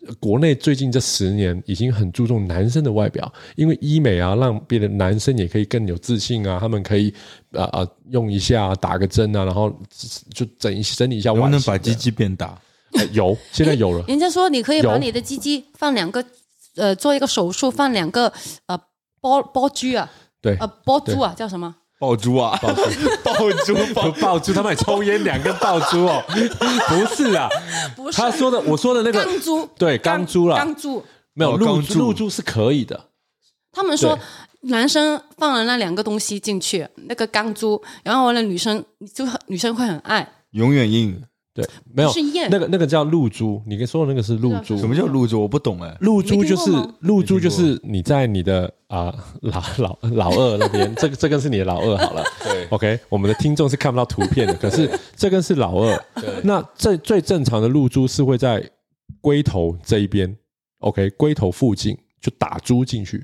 S2: 呃国内最近这十年已经很注重男生的外表，因为医美啊，让别的男生也可以更有自信啊，他们可以啊啊、呃用一下、打个针啊，然后就整一整理一下
S1: 能不
S2: 外
S1: 能
S2: 形
S1: 把
S2: 这
S1: 鸡
S2: 样
S1: 鸡变大？
S2: 呃有，现在有了
S3: 人家说你可以把
S2: 有
S3: 你的鸡鸡放两个，呃，做一个手术放两个呃包包珠啊，
S2: 对，
S3: 呃包珠啊叫什么？
S1: 爆珠啊！爆珠！爆珠！爆
S2: 有 爆珠，他们还抽烟两根爆珠哦， 不是啊，
S3: 不是
S2: 他说的，我说的那个
S3: 钢珠，
S2: 对钢珠啦
S3: 钢珠。
S2: 没有
S1: 哦
S2: 露
S1: 钢
S2: 珠
S1: 珠
S2: 露珠是可以的，
S3: 他们说
S2: 对
S3: 男生放了那两个东西进去，那个钢珠，然后呢，女生就很女生会很爱，
S1: 永远硬。
S2: 对，没有
S3: 不是燕
S2: 那个那个叫露珠，你跟说的那个是露
S3: 不知道
S2: 珠
S1: 什。么叫入住？我不懂哎。
S2: 露珠就是
S3: 没听过吗
S2: 露珠就是你在你的啊、老老老二那边，这个这根是你的老二好了。
S1: 对
S2: OK，我们的听众是看不到图片的，可是这根是老二。
S1: 对
S2: 那最最正常的露珠是会在龟头这一边，OK，龟头附近就打珠进去，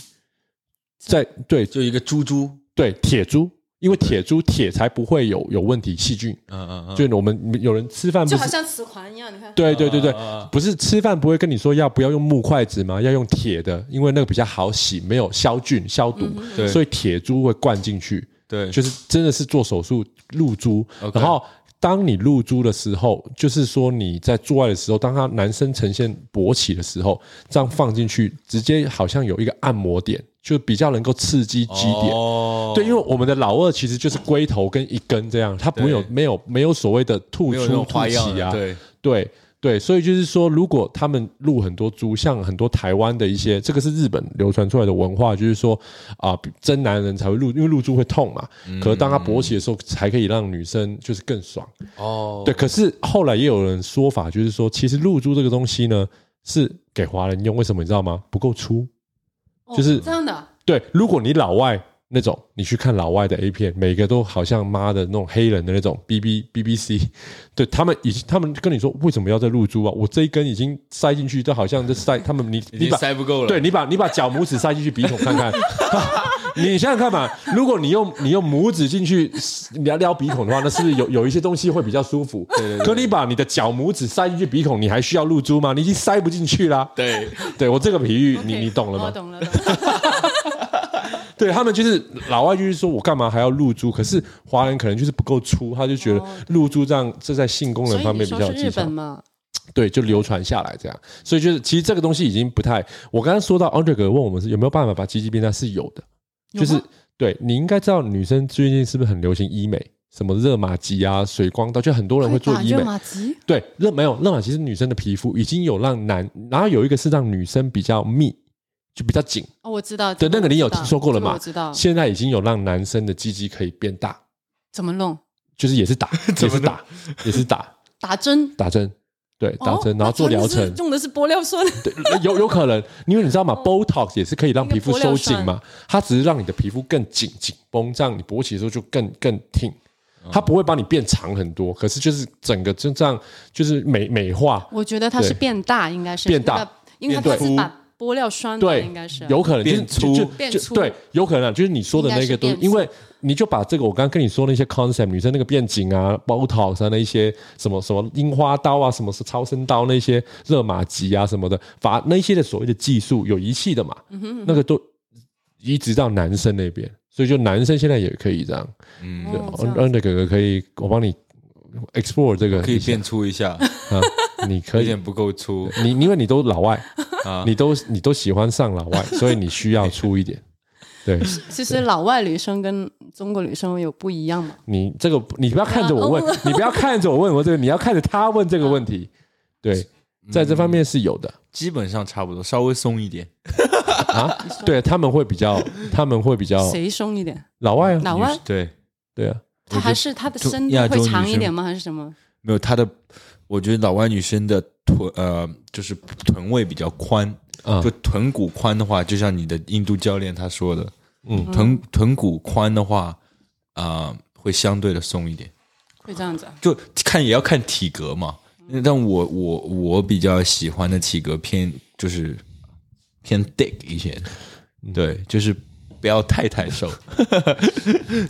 S2: 在对
S1: 就一个猪猪，
S2: 对铁珠，因为铁珠铁才不会有有问题细菌。
S1: 嗯嗯嗯，
S2: 就我们有人吃饭不
S3: 就是好像磁环一样，你看。
S2: 对对对对
S1: 啊啊啊，
S2: 不是吃饭不会跟你说要不要用木筷子吗？要用铁的，因为那个比较好洗，没有消菌消毒，
S3: 嗯
S1: 对
S2: 所以铁珠会灌进去，
S1: 对，
S2: 就是真的是做手术露珠。
S1: OK
S2: 然后当你露珠的时候，就是说你在做爱的时候，当他男生呈现勃起的时候，这样放进去，直接好像有一个按摩点，就比较能够刺激基点。
S1: 哦
S2: 对，因为我们的老二其实就是龟头跟一根这样，它不会有
S1: 对
S2: 没有没有所谓的吐
S1: 没有那
S2: 出
S1: 种
S2: 吐
S1: 花样
S2: 起
S1: 了
S2: 啊，
S1: 对，
S2: 对对，所以就是说，如果他们录很多猪，像很多台湾的一些，这个是日本流传出来的文化，就是说啊、真男人才会录，因为露猪会痛嘛。
S1: 嗯
S2: 可是当他勃起的时候，才可以让女生就是更爽。
S1: 哦，
S2: 对，可是后来也有人说法，就是说，其实露珠这个东西呢，是给华人用，为什么你知道吗？不够粗。
S3: 哦
S2: 就是
S3: 这样的。
S2: 对，如果你老外那种，你去看老外的 A 片，每个都好像妈的那种黑人的那种 B B B B C，对 他们已经，他们跟你说为什么要再入猪啊？我这一根已经塞进去，都好像 就塞他们你
S1: 已
S2: 你
S1: 经
S2: 把
S1: 塞不够了，
S2: 对你把你把脚拇指塞进去鼻孔看 看，你想想看嘛，如果你用你用拇指进去撩撩鼻孔的话，那是不是有有一些东西会比较舒服？对
S1: 对
S2: 可你把你的脚拇指塞进去鼻孔，你还需要入猪吗？你已经塞不进去啦。
S1: 对，
S2: 对我这个比喻，你
S3: OK，
S2: 你懂了吗
S3: 我？懂了，懂 了。
S2: 对他们就是老外就是说我干嘛还要露珠？可是华人可能就是不够粗，他就觉得露珠这样这在性功
S3: 哦所
S2: 能
S3: 以
S2: 方
S3: 你
S2: 面比
S3: 说
S2: 较有
S3: 是
S2: 技
S3: 日
S2: 巧
S3: 本。嘛？
S2: 对，就流传下来这样。所以就是其实这个东西已经不太，我刚刚说到 Andre 哥问我们是有没有办法把鸡鸡变大，是有的，就是对你应该知道女生最近是不是很流行医美，什么热玛吉啊、水光刀，就很多人会做
S3: 打
S2: 医
S3: 热
S2: 美。
S3: 玛吉，
S2: 对，热没有热玛吉是女生的皮肤已经有让男，然后有一个是让女生比较密，就比较紧。
S3: 哦，我知道。
S2: 对，那个你有
S3: 我知道
S2: 听说过了
S3: 这个
S2: 嘛？
S3: 我知道。
S2: 现在已经有让男生的鸡鸡可以变大，
S3: 怎么弄？
S2: 就是也是打，也是打，也是打
S3: 打针。
S2: 打针，对，打针，
S3: 哦
S2: 然后做疗
S3: 那真的
S2: 程
S3: 是，用的是玻尿酸，
S2: 对， 有有可能，因为你知道吗？Botox 也是可以让皮肤收紧
S3: 哦那
S2: 嘛，它只是让你的皮肤更紧紧绷，这样你勃起的时候就更更挺。它不会把你变长很多，可是就是整个就这样，就是美美化，
S3: 我觉得它是
S2: 对
S3: 变大，应该是
S2: 变大
S3: 那个因为它
S2: 变
S3: 它
S2: 粗
S3: 是把玻尿酸的，
S2: 对，
S3: 应该是啊
S2: 有可能就是
S1: 变粗
S2: 就就
S3: 变
S2: 就
S3: 粗
S2: 对，有可能就是你说的那个东
S3: 应该是
S2: 西
S3: 变，粗
S2: 因为你就把这个我刚刚跟你说那些 concept，女生那个变紧啊、Botox 啊那一些什么什么樱花刀啊、什么是超声刀那些热玛吉啊什么的，把那些的所谓的技术有仪器的嘛，
S3: 嗯
S2: 那个都移植到男生那边，所以就男生现在也可以这样。
S1: 嗯，
S3: 哦这
S2: 嗯，
S3: 样
S2: 嗯，那个可以，我帮你 explore 这个
S1: 可以
S2: 一下
S1: 变粗一 下，
S2: 啊，你可
S1: 有
S2: 以
S1: 点不够粗
S2: 你因为你都老外，
S1: 啊
S2: 你都你都喜欢上老 外，所以你需要粗一点。 对
S3: 其实老外女生跟中国女生有不一样嘛？
S2: 你这个，你不要看着啊我问，你不要看着我问我这个，你要看着他问这个问题。对，在这方面是有的
S1: 基本上差不多，稍微松一点。
S2: 啊。对，他们会比较，他们会比较
S3: 谁松一点？
S2: 老外啊，
S3: 老外
S1: 对，
S2: 对啊，
S3: 她还是她的
S1: 就
S3: 身
S1: 亚
S3: 会
S1: 洲女
S3: 长一
S1: 生
S3: 点吗？还是什么？
S1: 没有她的，我觉得老外女生的臀呃，就是臀位比较宽，
S2: 啊
S1: 就臀骨宽的话，就像你的印度教练他说的，嗯，臀臀骨宽的话，啊、会相对的松一点，
S3: 会这样子啊？
S1: 就看也要看体格嘛。但我我我比较喜欢的体格偏就是偏 thick 一些，对，就是不要太太 瘦。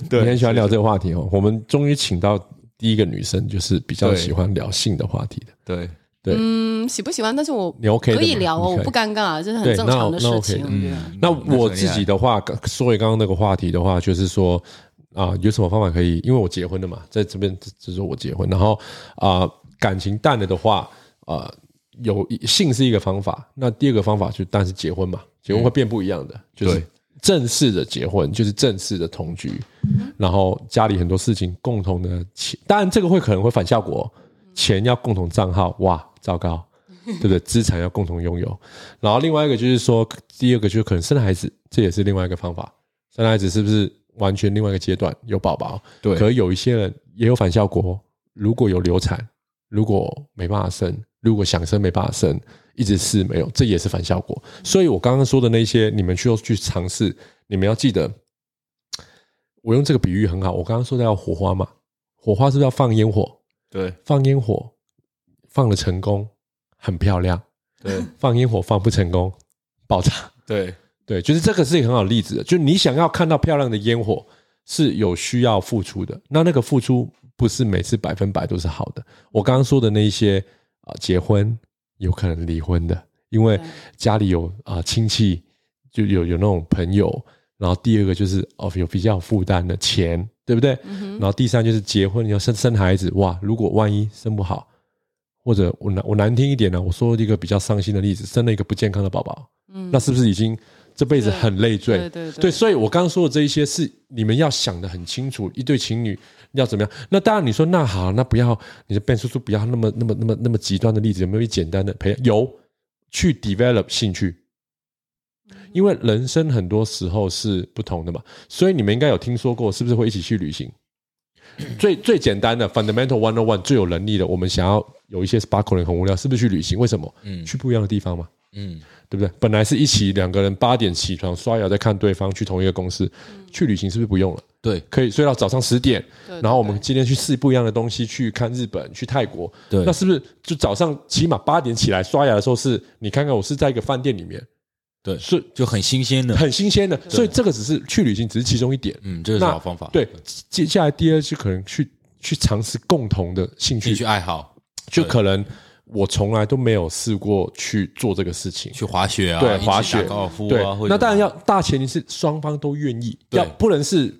S2: 你很喜欢聊这个话题哦。我们终于请到第一个女生，就是比较
S1: 对
S2: 喜欢聊性的话题的。
S1: 对，
S2: 对，
S3: 嗯，喜不喜欢？但是我
S2: 你 OK 的
S3: 可以
S2: 吗
S3: 聊哦，
S2: 你可以
S3: 我不尴尬啊，这是很
S2: 对
S3: 正常的
S2: 那那
S3: 事
S2: OK 嗯
S3: 情，我觉得。
S2: 那我自己
S1: 的
S2: 的话，刚说回刚刚那个话题的话，就是说啊、有什么方法可以？因为我结婚了嘛，在这边这这是我结婚，然后啊、感情淡了的话，啊，有一性是一个方法，那第二个方法就当然是结婚嘛，结婚会变不一样的，就是
S1: 对
S2: 正式的结婚，就是正式的同居，然后家里很多事情共同的钱，当然这个会可能会反效果，哦钱要共同账号，哇，糟糕。对不对？资产要共同拥有，然后另外一个就是说，第二个就是可能生孩子，这也是另外一个方法。生孩子是不是完全另外一个阶段有宝宝？
S1: 对
S2: 可有一些人也有反效果哦，如果有流产，如果没办法生，如果想生没办法生，一直试没有，这也是反效果。所以我刚刚说的那些，你们需要去尝试，你们要记得。我用这个比喻很好，我刚刚说的要火花嘛，火花是不是要放烟火？
S1: 对
S2: 放烟火放了成功，很漂亮；
S1: 对
S2: 放烟火放不成功，爆炸。
S1: 对
S2: 对，就是这个是一个很好的例子的，就是你想要看到漂亮的烟火是有需要付出的，那那个付出不是每次百分百都是好的。我刚刚说的那一些啊、呃结婚有可能离婚的，因为
S3: 对
S2: 家里有啊、呃亲戚，就有有那种朋友。然后第二个就是哦，有比较有负担的钱，对不对？
S3: 嗯
S2: 然后第三就是结婚，你要生生孩子，哇，如果万一生不好，或者我难我难听一点呢、我说一个比较伤心的例子，生了一个不健康的宝宝，
S3: 嗯
S2: 那是不是已经这辈子很累赘？
S3: 对对对
S2: 所以我刚刚说的这一些是你们要想的很清楚，一对情侣要怎么样？那当然，你说那好，那不要你的变叔叔不要那么那么那么那么极端的例子，有没有简单的培养？有，去 develop 兴趣。
S3: 嗯
S2: 因为人生很多时候是不同的嘛，所以你们应该有听说过，是不是会一起去旅 行？最最简单的 fundamental one on one 最有能力的，我们想要有一些 sparkle 人很无聊，是不是去旅行？为什么？
S1: 嗯
S2: 去不一样的地方嘛。
S1: 嗯
S2: 对不对？本来是一起两个人八点起床刷牙，再看对方去同一个公司，去旅行是不是不用了？
S1: 对
S2: 可以睡到早上十点，
S3: 对
S2: 然后我们今天去试不一样的东西，去看日本，去泰国，
S1: 对
S2: 那是不是就早上起码八点起来刷牙的时候是，你看看我是在一个饭店里面，
S1: 对，
S2: 是
S1: 就很新鲜的，
S2: 很新鲜的，所以这个只是去旅行只是其中一点。
S1: 嗯，这个是
S2: 那
S1: 好方法。
S2: 对，接下来第二就可能去去尝试共同的兴
S1: 兴
S2: 趣，
S1: 趣爱好，
S2: 就
S1: 对
S2: 可能我从来都没有试过去做这个事情，
S1: 去滑雪啊，
S2: 对
S1: 一起
S2: 滑雪
S1: 打高尔夫
S2: 对
S1: 啊，或，者
S2: 那当然要大前提是双方都愿意，
S1: 对
S2: 要不能是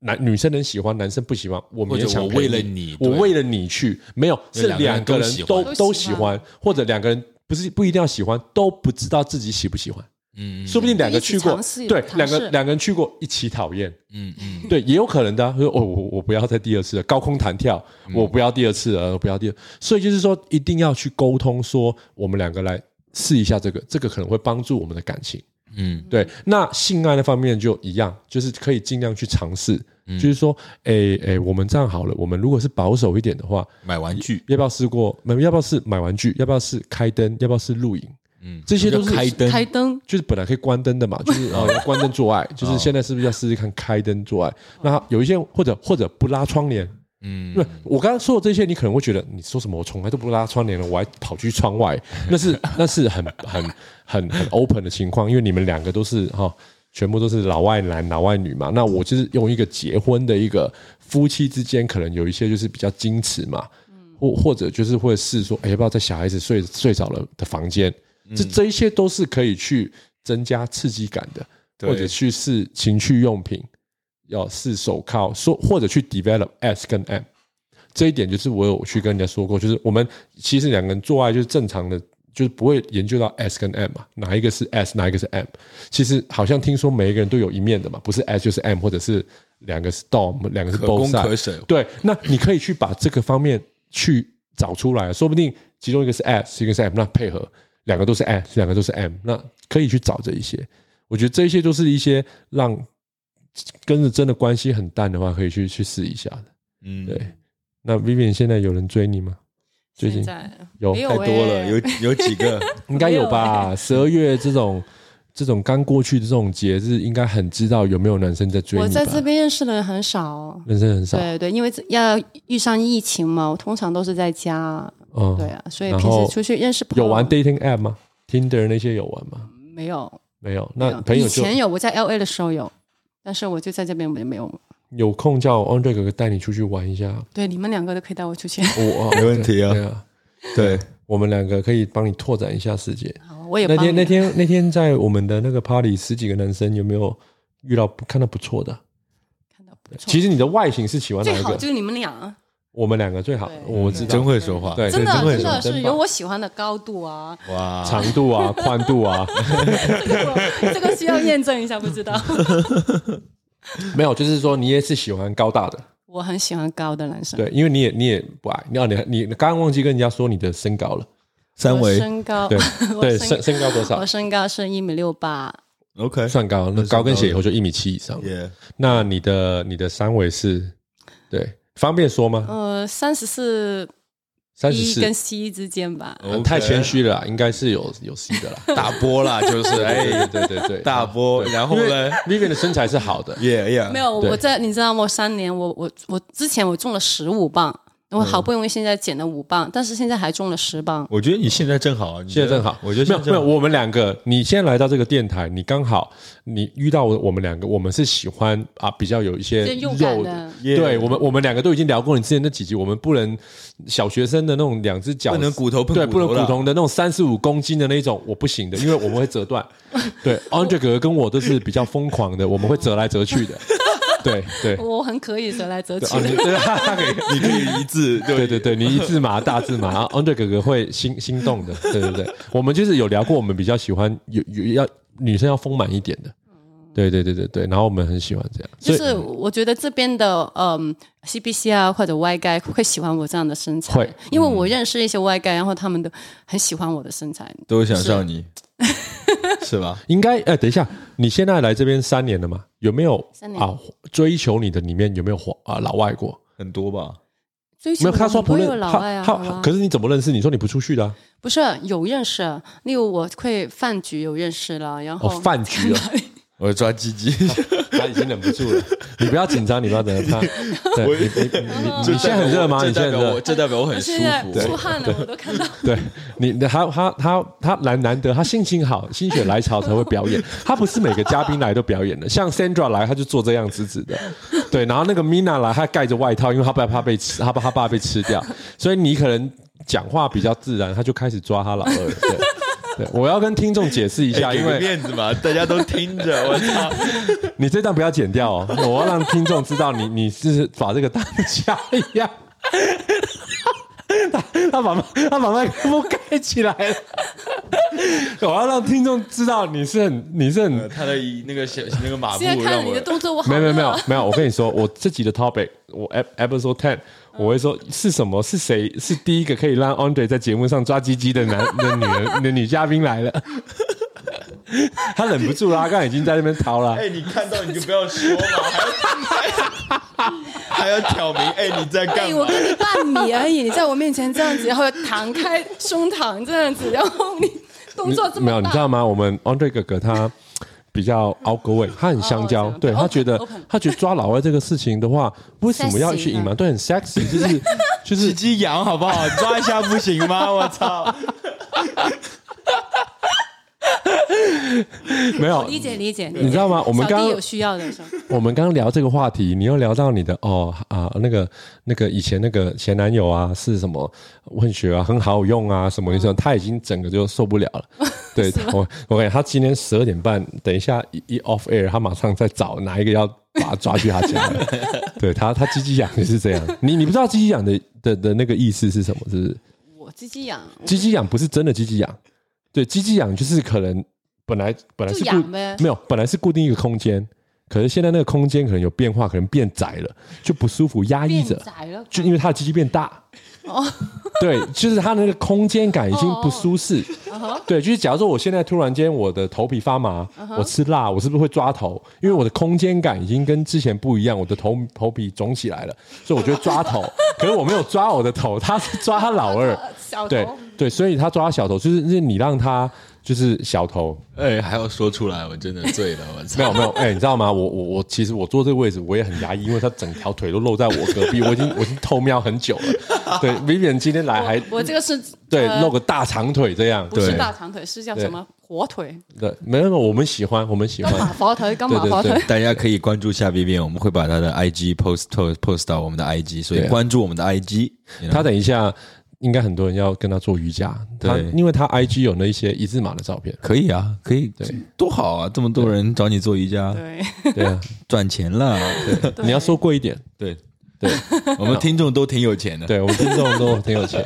S2: 男女生能喜欢，男生不喜欢，我
S1: 或
S2: 勉
S1: 者
S2: 强
S1: 我
S2: 陪
S1: 为了你
S2: 我
S1: 对
S2: 为了你去，没有
S1: 那
S2: 是
S1: 两个人都
S2: 两个人
S1: 喜
S2: 都
S1: 欢
S2: 都
S3: 都
S2: 喜
S3: 喜
S2: 欢
S3: 欢，
S2: 或者两个人不是不一定要喜欢，都不知道自己喜不喜欢，
S1: 嗯
S2: 说不定两个去过
S3: 就一起尝试，
S2: 对
S3: 尝，试
S2: 两个两个人去过一起讨厌，
S1: 嗯嗯
S2: 对，也有可能的、啊。说哦，我我不要再第二次了，高空弹跳，
S1: 嗯
S2: 我不要第二次了，我不要第二。所以就是说，一定要去沟通，说我们两个来试一下这个，这个可能会帮助我们的感情。
S1: 嗯
S2: 对，那性爱那方面就一样，就是可以尽量去尝试。
S1: 嗯
S2: 就是说，诶、诶、我们这样好了，我们如果是保守一点的话，
S1: 嗯，买玩具，
S2: 要不要试过？没有要不要试买玩具？要不要试开灯？要不要试露营？
S1: 嗯，
S2: 这些都是
S1: 就开灯，
S3: 开灯，
S2: 就是本来可以关灯的嘛， 就是哦要关灯做爱，
S1: 哦
S2: 就是现在是不是要试试看开灯做爱？那有一些或者或者不拉窗帘，
S1: 嗯
S2: 因为我刚刚说的这些，你可能会觉得你说什么，我从来都不拉窗帘了，我还跑去窗外，那是那是很很很很 open 的情况，因为你们两个都是哈、全部都是老外男老外女嘛。那我就是用一个结婚的一个夫妻之间，可能有一些就是比较矜持嘛，或或者就是会试说，哎，要不要在小孩子睡睡着了的房间，这这一些都是可以去增加刺激感的，
S1: 对
S2: 或者去试情趣用品。要试手铐，说或者去 develop S 跟 M，这一点就是我有去跟人家说过，就是我们其实两个人做爱就是正常的，就是不会研究到 S 跟 M 嘛，哪一个是 S，哪一个是 M。其实好像听说每一个人都有一面的嘛，不是 S 就是 M，或者是两个是 Dom，两个是
S1: 可攻
S2: Both
S1: 可
S2: side。
S1: 守，
S2: 对，那你可以去把这个方面去找出来，啊说不定其中一个是 S，一个是 M，那配合两个都是 S，两个都是 M，那可以去找这一些。我觉得这一些都是一些让跟着真的关系很淡的话，可以去去试一下的。
S1: 嗯，
S2: 对，那 Vivian 现在有人追你吗？最近
S3: 现在
S2: 有
S3: 没有
S1: 太多了，
S3: 欸
S1: 有有几个，
S2: 应该有吧？ 十二月这种这种刚过去的这种节日，应该很知道有没有男生在追
S3: 我
S2: 你吧？
S3: 在这边认识的人很少。
S2: 人生很少，
S3: 对对，因为要遇上疫情嘛，我通常都是在家，
S2: 嗯，
S3: 对啊，所以
S2: 然
S3: 平
S2: 后
S3: 时出去认识朋友
S2: 有玩 dating app 吗？Tinder 那些有玩吗？
S3: 没有？
S2: 没有，
S3: 没
S2: 那
S3: 有
S2: 朋友
S3: 以
S2: 就
S3: 前有，我在 L A 的时候有，但是我就在这边我就没有。
S2: 有空叫 Andre 哥哥带你出去玩一下。
S3: 对，你们两个都可以带我出去，
S2: 我
S1: 没问题啊
S2: 对啊，
S1: 对，
S2: 我们两个可以帮你拓展一下世界。
S3: 好我也
S2: 那
S3: 帮
S2: 天
S3: 你
S2: 那天那天在我们的那个 party，十几个男生有没有遇到看到不错的？
S3: 看到不错
S2: 其实你的外形是喜欢哪
S3: 最
S2: 一
S3: 好
S2: 个
S3: 就？是你们俩，
S2: 我们两个最好
S3: 对，
S2: 我知道
S1: 嗯真。会说话，
S2: 哎对
S3: 真的
S2: 真会
S3: 真的
S2: 真
S3: 是
S2: 棒
S3: 有我喜欢的高度啊，
S1: 哇，
S2: 长度 啊，宽度啊，
S3: 这个需要验证一下，不知道。
S2: 没有，就是说你也是喜欢高大的，
S3: 我很喜欢高的男生，
S2: 对，因为你也你也不矮，你你你你刚刚忘记跟人家说你的身高了，
S1: 三
S3: 我
S1: 维
S3: 身高，
S2: 对
S3: 我
S2: 对，
S3: 身
S2: 身身高多少
S3: 我？身高是一米六八，
S1: ，OK，
S2: 算高，那高跟鞋以后就一米七以上。
S1: 也
S2: 那你的你的三围是，对，方便说吗？
S3: 呃，三十四
S2: 三十
S3: B
S2: 四
S3: 哦跟 C 之间吧。
S2: 呃太谦虚了啦，应该是有有 C 的啦。
S1: 大波啦，就是哎
S2: 对，对对对，
S1: 大波，然后呢
S2: ，Vivian 的身材是好的，
S1: ，yeah yeah，
S3: 没有，
S2: 对
S3: 我在你知道吗？我三年，我我我之前我重了十五磅，我
S2: 嗯
S3: 好不容易现在减了五磅，但是现在还重了十磅。
S1: 我觉得你现在正好，你
S2: 嗯现在正好，
S1: 我觉得
S2: 没
S1: 嗯现
S2: 有
S1: 在
S2: 没
S1: 正
S2: 有，
S1: 好
S2: 我们两个，你先来到这个电台，你刚好你遇到我们两个，我们是喜欢啊比较有一些
S3: 就
S2: 肉
S3: 勇敢的
S2: 对我们我们两个都已经聊过你之前那几集，我们不能小学生的那种两只脚
S1: 不能骨头碰
S2: 对，
S1: 骨
S2: 不
S1: 头
S2: 能
S1: 啦
S2: 骨头的那种三十五公斤的那种，我不行的，因为我们会 折断。对，Andre 哥哥跟我都是比较疯狂的，我们会折来折去的。对对。
S3: 我很可以折来折
S2: 对
S3: 去
S2: 啊，你对他可 以
S1: 你可以一 字
S2: 对对对，你一字马大字马然后，Andre 哥哥会心心动的，对对对，我们就是有聊过，我们比较喜欢有有要女生要丰满一点的，对对对对对，然后我们很喜欢这样，
S3: 嗯就
S2: 所以
S3: 是我觉得这边的嗯 CBC 啊或者 Y 盖会喜欢我这样的身材
S2: 会，嗯
S3: 因为我认识一些 Y 盖，然后他们都很喜欢我的身材。
S1: 都想上 你，是吧？
S2: 应该哎，等一下，你现在来这边三年了嘛？有没有
S3: 三年
S2: 啊？追求你的里面有没有黄啊老外国？
S1: 很多吧？
S3: 追
S2: 没
S3: 求
S2: 有，他
S3: 我
S2: 说
S3: 不
S2: 不
S3: 会
S2: 认
S3: 有老
S2: 他
S3: 外啊，
S2: 他
S3: 好吧
S2: 可是你怎么认识？你说你不出去的啊、
S3: 不是有认识，例如我会饭局有认识了，然后
S2: 哦，饭局了，
S1: 我抓鸡 鸡，
S2: 他已经忍不住了。你不要紧张，你不要紧张， 他对你你你你现在很热吗？
S1: 这
S2: 你现
S1: 代
S2: 在很
S1: 表
S2: 热
S1: 我，？这代表我
S3: 我
S1: 很舒
S3: 现在
S1: 服。
S3: 出汗了，我都看到。
S2: 对你，你他他他他难难得，他心情好，心血来潮才会表演。他不是每个嘉宾来都表演的，像 Sandra 来，他就做这样子子的，对。然后那个 Mina 来，他盖着外套，因为他怕怕被吃，他怕他爸被吃掉，所以你可能讲话比较自然，他就开始抓他老二了。对，对我要跟听众解释一下，
S1: 哎给
S2: 因
S1: 个
S2: 为
S1: 面子嘛， 大家都听着，我操！
S2: 你这段不要剪掉哦，我要让听众知道你你是把这个当家一样。 他他把麦他把麦克风盖起来了， 我要让听众知道你是很你是很
S1: 呃他的一那个小那个马步
S3: 现在看
S1: 让
S3: 你
S1: 我
S3: 的动作，我好
S2: 没有没有没有
S3: 热
S2: 没有，我跟你说，我这集的 topic 我 ep- episode ten 我会说是什么是谁是第一个可以让 Andre 在节目上抓鸡鸡的男的女人的女嘉宾来了， 他忍不住啦，他刚才已经在那边掏了。
S1: 哎，你看到你就不要说嘛，还要 还要挑明，哎，你在干
S3: 哎，
S1: 嘛
S3: 我？跟你半米而 已，你在我面前这样子，然后弹开胸膛这样子，然后你动作这
S2: 没有，
S3: 么
S2: 你知
S3: 大，
S2: 道吗？我们 Andre 哥哥他比较 outgoing，他很香
S3: 哦
S2: 蕉
S3: 我，知道
S2: 对他
S3: open，
S2: 觉得
S3: open
S2: 他觉得抓老外这个事情的话，为什么要去
S3: Sexy
S2: 隐瞒？对，很 sexy，就是
S1: 鸡
S2: 就是
S1: 鸡痒好不好？抓一下不行吗？我操！
S2: 没有。
S3: 理解理解。
S2: 你知道吗？我
S3: 我
S2: 们刚
S3: 有需要的时候，
S2: 我们刚聊这个话题，你又聊到你的哦啊那个那个以前那个前男友啊是什么混血啊，很好用啊什么你说他已经整个就受不了了。对，我我感觉他今天十二点半，等一下一一 off air，他马上再找哪一个要把他抓去他家了。对他，他鸡鸡痒就是这样。你你不知道鸡鸡痒的的的那个意思是什么？是不是？
S3: 我鸡鸡痒，
S2: 鸡鸡痒不是真的鸡鸡痒，对，鸡鸡痒就是可能本来本来是
S3: 就
S2: 固
S3: 痒呗
S2: 没有，本来是固定一个空间，可是现在那个空间可能有变化，可能变窄了，就不舒服，压抑
S3: 变
S2: 着，
S3: 窄了，
S2: 就因为他的鸡鸡变大。
S3: 哦，
S2: 对，就是他那个空间感已经不舒适。
S3: 嗯哼
S2: 对，就是假如说我现在突然间我的头皮发麻，
S3: Uh-huh
S2: 我吃辣，我是不是会抓头？因为我的空间感已经跟之前不一样，我的头头皮肿起来了，所以我就会抓 头。可是我没有抓我的头，他是抓他老二。
S3: 呃小
S2: 对
S3: 头。
S2: 对，所以他抓小头，就是就是你让他就是小 头，
S1: 哎，还要说出来，我真的醉了，我操！
S2: 没有没有，哎、你知道吗？我我我其实我坐这个位置我也很压抑，因为他整条腿都露在我 隔壁，我已经我已经偷瞄很久了。对，Vivian 今天来还
S3: 我这个是
S2: 对
S3: 呃
S2: 露个大长腿这样，
S3: 不是
S2: 对
S3: 大长腿，是叫什么火腿、
S2: 对，没有没有，我们喜欢我们喜欢
S3: 干，马火腿、干
S2: 对
S3: 马
S2: 对
S3: 火
S2: 对
S3: 腿。
S1: 大家可以关注下 B B，我们会把他的 I G post post post 到我们的 I G，所以
S2: 对啊
S1: 关注我们的 I G。
S2: 他等一下。应该很多人要跟他做瑜伽，他
S1: 对，
S2: 因为他 IG 有那一些一字马的照片
S1: 可以啊，可以，对，多好啊！这么多人找你做瑜伽，
S3: 对，
S2: 对 啊，
S1: 赚钱了。
S2: 你要说贵一点，
S1: 对，
S2: 对，
S1: 我们听众都挺有钱的。
S2: 对我们听众都挺有钱，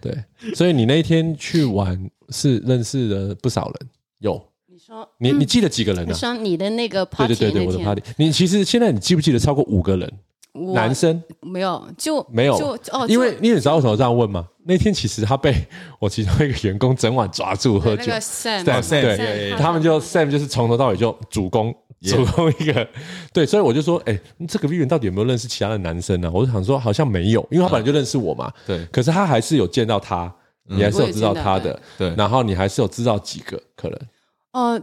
S2: 对，所以你那一天去玩是认识了不少人，有
S3: 你说
S2: 你、你记得几个人
S3: 你
S2: 呢、
S3: 说你的那个 party
S2: 对对对对，
S3: 那
S2: 我的
S3: 天
S2: party，你其实现在你记不记得超过五个人？
S3: 我
S2: 男生
S3: 没有，就
S2: 没有
S3: 就哦，
S2: 因为
S3: 就
S2: 你也知道为什么这样问吗？那天其实他被我其中一个员工整晚抓住喝
S3: 那
S2: 酒
S3: 个，Sam，
S2: 对
S1: 哦，Sam，
S2: 对
S1: yeah，yeah，yeah
S2: 他们就 Sam 就是从头到尾就主攻主攻一个，对，所以我就说，哎、这个 Vivian 到底有没有认识其他的男生啊呢、我就想说，好像没有，因为他本来就认识我嘛，
S1: 对
S2: 可是他还是有见到他，你还是有知道他
S3: 我也
S2: 的，
S1: 对
S2: 然后你还是有知道几个可能，
S3: 呃，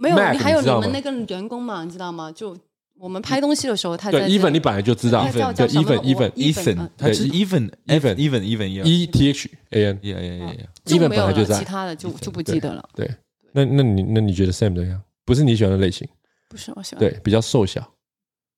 S3: 没有
S2: Mac，
S3: 你还有
S2: 你
S3: 你
S2: 知道吗
S3: 们那个员工嘛，你知道吗？就我们拍东西的时候，他在
S2: 对
S3: 这
S2: ，even 你本来就知道，
S3: 他叫
S2: 对
S3: 叫什么
S2: ，even even
S3: 我
S1: Ethan，呃
S3: 嗯
S1: 他是 Even
S2: Ethan
S1: Even Even 一
S2: E T H A N，
S1: 呀呀呀呀！
S3: 就
S2: even
S3: 没
S2: 本
S3: 有
S2: 来
S3: 了，
S2: 就在
S3: 其他的就就不记得了。
S2: 对，那那你那你觉得 Sam 怎么样？不是你喜欢的类型，
S3: 不是我喜欢，
S2: 对，比较瘦小，